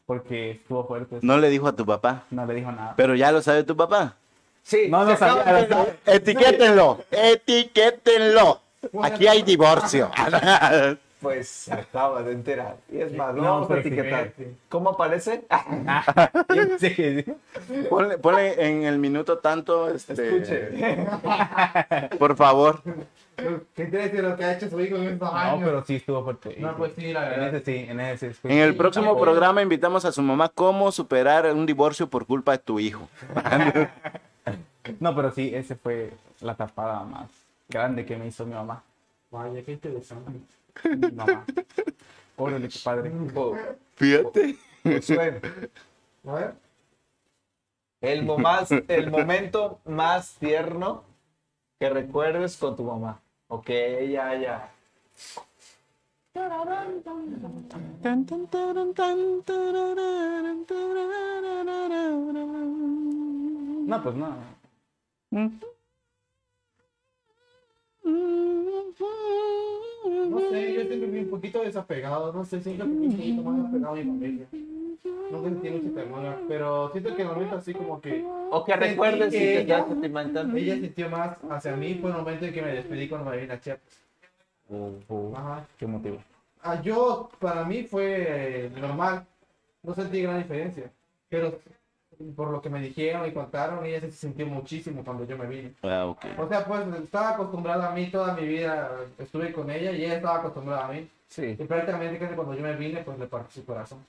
[SPEAKER 4] porque estuvo fuerte. No,
[SPEAKER 2] No le dijo a tu papá.
[SPEAKER 4] le dijo nada.
[SPEAKER 2] Pero ya lo sabe tu papá.
[SPEAKER 1] Sí,
[SPEAKER 4] No,
[SPEAKER 1] se
[SPEAKER 4] no sabía,
[SPEAKER 1] acaba de-
[SPEAKER 4] no sabía.
[SPEAKER 2] Etiquétenlo. Etiquétenlo. Aquí hay divorcio.
[SPEAKER 1] Pues se acaba de enterar. Y es más, lo
[SPEAKER 4] No,
[SPEAKER 1] vamos a
[SPEAKER 4] pero sí,
[SPEAKER 1] etiquetar.
[SPEAKER 4] sí.
[SPEAKER 1] ¿Cómo aparece? Ah,
[SPEAKER 4] Sí.
[SPEAKER 2] Ponle, ponle en el minuto tanto, este,
[SPEAKER 1] Escuche.
[SPEAKER 2] por favor.
[SPEAKER 3] ¿Qué crees de lo que ha hecho su hijo en estos
[SPEAKER 4] No,
[SPEAKER 3] años?
[SPEAKER 4] pero sí estuvo fuerte.
[SPEAKER 3] Ah, No, pues sí, la
[SPEAKER 4] En
[SPEAKER 3] verdad.
[SPEAKER 4] ese sí, en ese sí.
[SPEAKER 2] En el próximo
[SPEAKER 4] tampoco.
[SPEAKER 2] programa invitamos a su mamá cómo superar un divorcio por culpa de tu hijo.
[SPEAKER 4] No, pero sí, ese fue la tapada más grande que me hizo mi mamá.
[SPEAKER 3] Vaya, qué interesante.
[SPEAKER 4] Mi mamá. Órale, qué padre.
[SPEAKER 1] Oh,
[SPEAKER 2] Fíjate.
[SPEAKER 1] Josué,
[SPEAKER 3] A ver.
[SPEAKER 1] el, mo- más- el momento más tierno que recuerdes con tu mamá. O que ella haya.
[SPEAKER 4] No, pues no.
[SPEAKER 3] No sé, yo estoy siento un poquito desapegado, no sé, siento un poquito más desapegado a mi familia. No sé si tiene que te mueva, pero siento que en el momento así como que
[SPEAKER 1] O que recuerdes si
[SPEAKER 3] Sentí
[SPEAKER 1] te
[SPEAKER 3] que-
[SPEAKER 1] estás sentimental.
[SPEAKER 3] ella sintió más hacia mí fue el momento en que me despedí cuando me vine a Chiapas. Ajá.
[SPEAKER 4] ¿Qué motivo?
[SPEAKER 3] Ah, yo, para mí fue eh, normal, no sentí gran diferencia, pero por lo que me dijeron y contaron, ella se sintió muchísimo cuando yo me vine.
[SPEAKER 2] Ah, ok.
[SPEAKER 3] O sea, pues estaba acostumbrada a mí toda mi vida, estuve con ella y ella estaba acostumbrada a mí.
[SPEAKER 1] Sí.
[SPEAKER 3] Y prácticamente casi cuando yo me vine, pues le partí su corazón.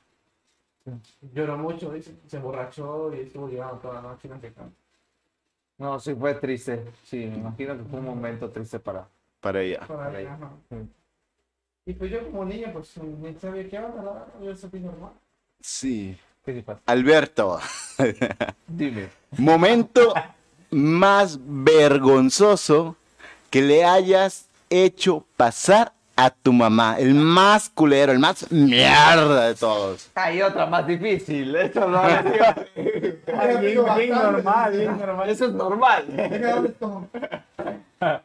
[SPEAKER 3] Lloró mucho, y se, se emborrachó y estuvo llorando toda la noche. no sé qué.
[SPEAKER 1] No, sí fue triste. Sí, me imagino que fue un momento triste para.
[SPEAKER 2] Para ella.
[SPEAKER 3] Por ahí,
[SPEAKER 1] Caray.
[SPEAKER 3] ajá.
[SPEAKER 1] Sí.
[SPEAKER 3] Y pues yo como niña, pues ni sabía qué onda, la verdad, yo sentí normal.
[SPEAKER 2] Sí.
[SPEAKER 4] ¿Qué sí pasa?
[SPEAKER 2] Alberto,
[SPEAKER 1] Dime.
[SPEAKER 2] momento más vergonzoso que le hayas hecho pasar a tu mamá. El más culero, el más mierda de todos.
[SPEAKER 1] Hay otra más difícil. Eso, no es-
[SPEAKER 4] Ay, bien, bien normal, bien normal.
[SPEAKER 1] Eso es normal. Ah,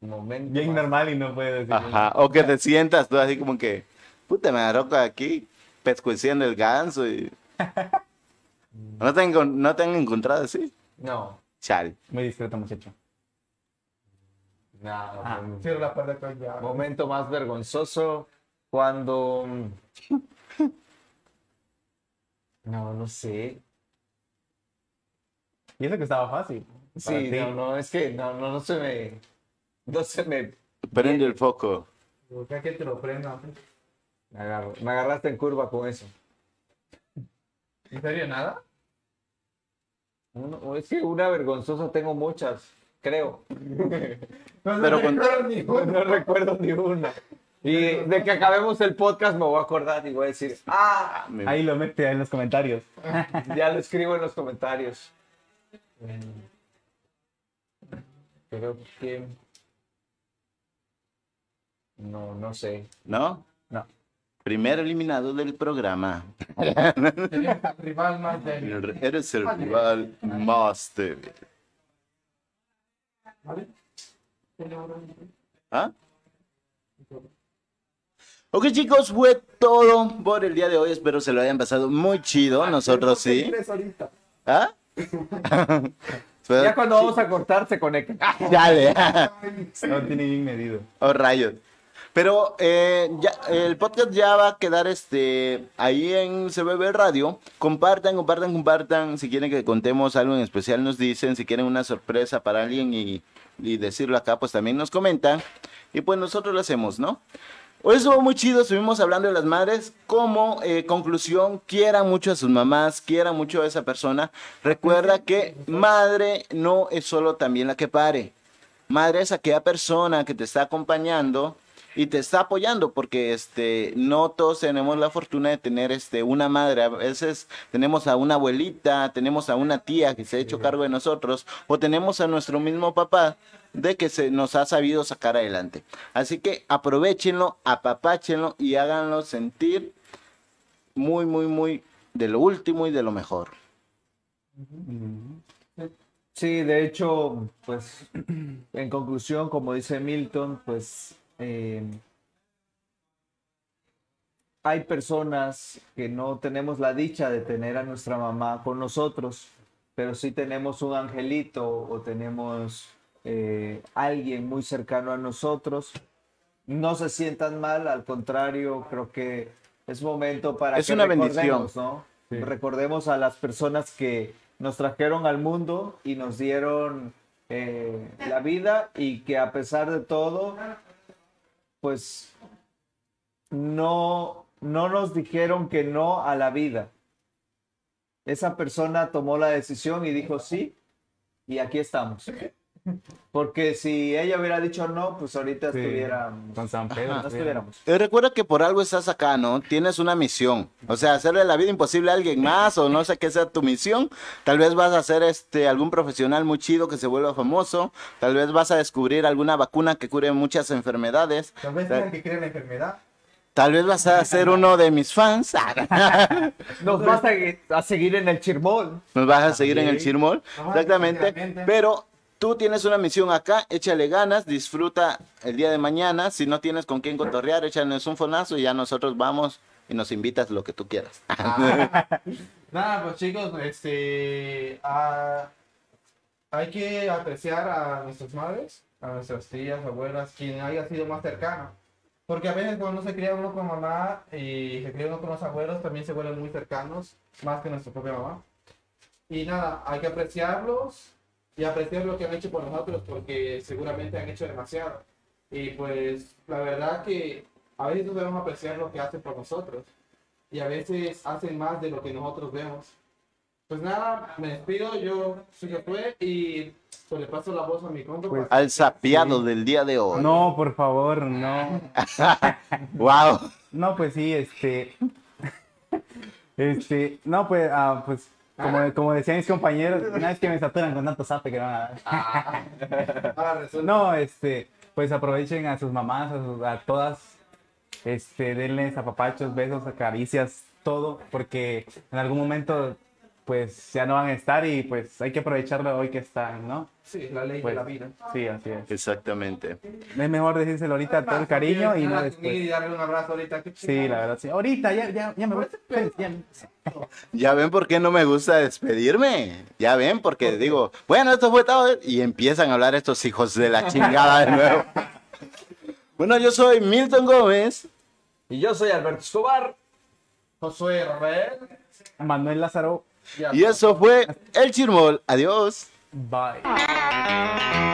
[SPEAKER 1] Momento.
[SPEAKER 4] Bien
[SPEAKER 1] más-
[SPEAKER 4] normal y no puede decir.
[SPEAKER 2] Ajá. O que te sientas tú así como que, puta, me agarró aquí pescueciendo el ganso y... ¿No te, encon- no te han encontrado así?
[SPEAKER 1] No.
[SPEAKER 2] Chal.
[SPEAKER 4] Muy discreto, muchacho.
[SPEAKER 1] Nada.
[SPEAKER 4] Ah.
[SPEAKER 1] pues,
[SPEAKER 3] Cierro Ah, la puerta con llave.
[SPEAKER 1] Momento más vergonzoso cuando. mm, No, no sé.
[SPEAKER 4] Y eso que estaba fácil. para
[SPEAKER 1] Sí,
[SPEAKER 4] ti.
[SPEAKER 1] no, no, es que no, no, no se me. No se me.
[SPEAKER 2] Prende el foco.
[SPEAKER 3] Digo, Ya que te lo prendan. pues.
[SPEAKER 1] Me, agarro- me agarraste en curva con eso.
[SPEAKER 3] ¿En serio nada?
[SPEAKER 1] Uno- es que una vergonzosa tengo muchas, creo.
[SPEAKER 3] No, no
[SPEAKER 2] Pero
[SPEAKER 3] me
[SPEAKER 2] con-
[SPEAKER 3] acuerdo ni uno.
[SPEAKER 1] No recuerdo ni una. Y de que acabemos el podcast me voy a acordar y voy a decir, ah,
[SPEAKER 4] Ahí lo mete en los comentarios.
[SPEAKER 1] ya lo escribo en los comentarios. Mm. Creo que... No, no sé.
[SPEAKER 2] ¿No?
[SPEAKER 4] No.
[SPEAKER 2] Primer eliminado del programa.
[SPEAKER 3] Teníamos al rival más débil.
[SPEAKER 2] Eres el rival más débil.
[SPEAKER 3] ¿Vale?
[SPEAKER 2] ¿Ah? Ok chicos, fue todo por el día de hoy. Espero se lo hayan pasado muy chido. Nosotros sí. ¿Ah? Espero-
[SPEAKER 1] Ya cuando vamos a cortar se conecta.
[SPEAKER 2] Dale.
[SPEAKER 4] No tiene bien medido.
[SPEAKER 2] Oh, rayos. Pero eh, ya, el podcast ya va a quedar este ahí en CBB Radio. Compartan, compartan, compartan. Si quieren que contemos algo en especial, nos dicen. Si quieren una sorpresa para alguien y, y decirlo acá, pues también nos comentan. Y pues nosotros lo hacemos, ¿no? Hoy estuvo muy chido, estuvimos hablando de las madres. Como eh, conclusión, quieran mucho a sus mamás, quieran mucho a esa persona. Recuerda que madre no es solo también la que pare. Madre es aquella persona que te está acompañando y te está apoyando porque este no todos tenemos la fortuna de tener este una madre a veces tenemos a una abuelita tenemos a una tía que se ha hecho cargo de nosotros o tenemos a nuestro mismo papá de que se nos ha sabido sacar adelante así que aprovechenlo apapáchenlo y háganlo sentir muy muy muy de lo último y de lo mejor
[SPEAKER 1] Sí, de hecho, pues en conclusión, como dice Milton, pues eh, hay personas que no tenemos la dicha de tener a nuestra mamá con nosotros, pero sí tenemos un angelito o tenemos eh, alguien muy cercano a nosotros. No se sientan mal, al contrario, creo que es momento para
[SPEAKER 2] Es
[SPEAKER 1] que
[SPEAKER 2] una
[SPEAKER 1] recordemos,
[SPEAKER 2] bendición.
[SPEAKER 1] ¿no? Recordemos a las personas que nos trajeron al mundo y nos dieron eh, la vida y que a pesar de todo, pues no, no nos dijeron que no a la vida. Esa persona tomó la decisión y dijo sí, y aquí estamos. Porque si ella hubiera dicho no, pues ahorita
[SPEAKER 4] Sí.
[SPEAKER 1] estuviera...
[SPEAKER 4] Con San Pedro.
[SPEAKER 1] No estuviéramos.
[SPEAKER 2] Eh, Recuerda que por algo estás acá, ¿no? Tienes una misión. O sea, hacerle la vida imposible a alguien más o no sé qué sea tu misión. Tal vez vas a ser este, algún profesional muy chido que se vuelva famoso. Tal vez vas a descubrir alguna vacuna que cure muchas enfermedades.
[SPEAKER 3] Tal vez tengan que creer la enfermedad.
[SPEAKER 2] Tal vez vas a ser uno de mis fans. Ah,
[SPEAKER 1] Nos vas a, a seguir en el chirmol.
[SPEAKER 2] Nos vas a seguir en el chirmol.
[SPEAKER 3] Ajá,
[SPEAKER 2] Exactamente.
[SPEAKER 3] efectivamente.
[SPEAKER 2] Pero Tú tienes una misión acá, échale ganas, disfruta el día de mañana. Si no tienes con quién cotorrear, échanos un fonazo y ya nosotros vamos y nos invitas lo que tú quieras.
[SPEAKER 3] Nada, pues chicos, este. ah, hay que apreciar a nuestras madres, a nuestras tías, abuelas, quien haya sido más cercano. Porque a veces cuando se cría uno con mamá y se cría uno con los abuelos, también se vuelven muy cercanos, más que nuestra propia mamá. Y nada, hay que apreciarlos y apreciar lo que han hecho por nosotros, porque seguramente han hecho demasiado. Y pues, la verdad que a veces no debemos apreciar lo que hacen por nosotros y a veces hacen más de lo que nosotros vemos. Pues nada, me despido, yo soy Josué y pues le paso la voz a mi compa.
[SPEAKER 4] Pues,
[SPEAKER 2] Al sapiado del día de hoy.
[SPEAKER 4] No, por favor, no.
[SPEAKER 2] Wow.
[SPEAKER 4] No, pues sí, este. Este, no, pues, ah, pues, como, como decían mis compañeros, una vez que me saturan con tanto zape que no.
[SPEAKER 3] Ahora resulta.
[SPEAKER 4] No, este, pues aprovechen a sus mamás, a, sus- a todas, este, denles apapachos, besos, caricias, todo, porque en algún momento, pues, ya no van a estar y, pues, hay que aprovecharlo hoy que están, ¿no?
[SPEAKER 3] Sí, la ley
[SPEAKER 4] Pues,
[SPEAKER 3] de la vida.
[SPEAKER 4] sí, así es.
[SPEAKER 2] Exactamente.
[SPEAKER 4] Es mejor decírselo ahorita todo el cariño y no
[SPEAKER 3] Y
[SPEAKER 4] después.
[SPEAKER 3] darle un abrazo ahorita. qué
[SPEAKER 4] Sí,
[SPEAKER 3] chingada.
[SPEAKER 4] la verdad, sí. Ahorita, ya, ya, ya me voy. Ya.
[SPEAKER 2] Ya ven por qué no me gusta despedirme. Ya ven, porque digo, bueno, esto fue todo. Y empiezan a hablar estos hijos de la chingada de nuevo. Bueno, yo soy Milton Gómez.
[SPEAKER 1] Y yo soy Alberto Escobar.
[SPEAKER 3] Josué Robert.
[SPEAKER 4] Manuel Lázaro,
[SPEAKER 3] ya.
[SPEAKER 2] Y eso fue El Chirmol. Adiós.
[SPEAKER 4] bye.
[SPEAKER 2] Bye.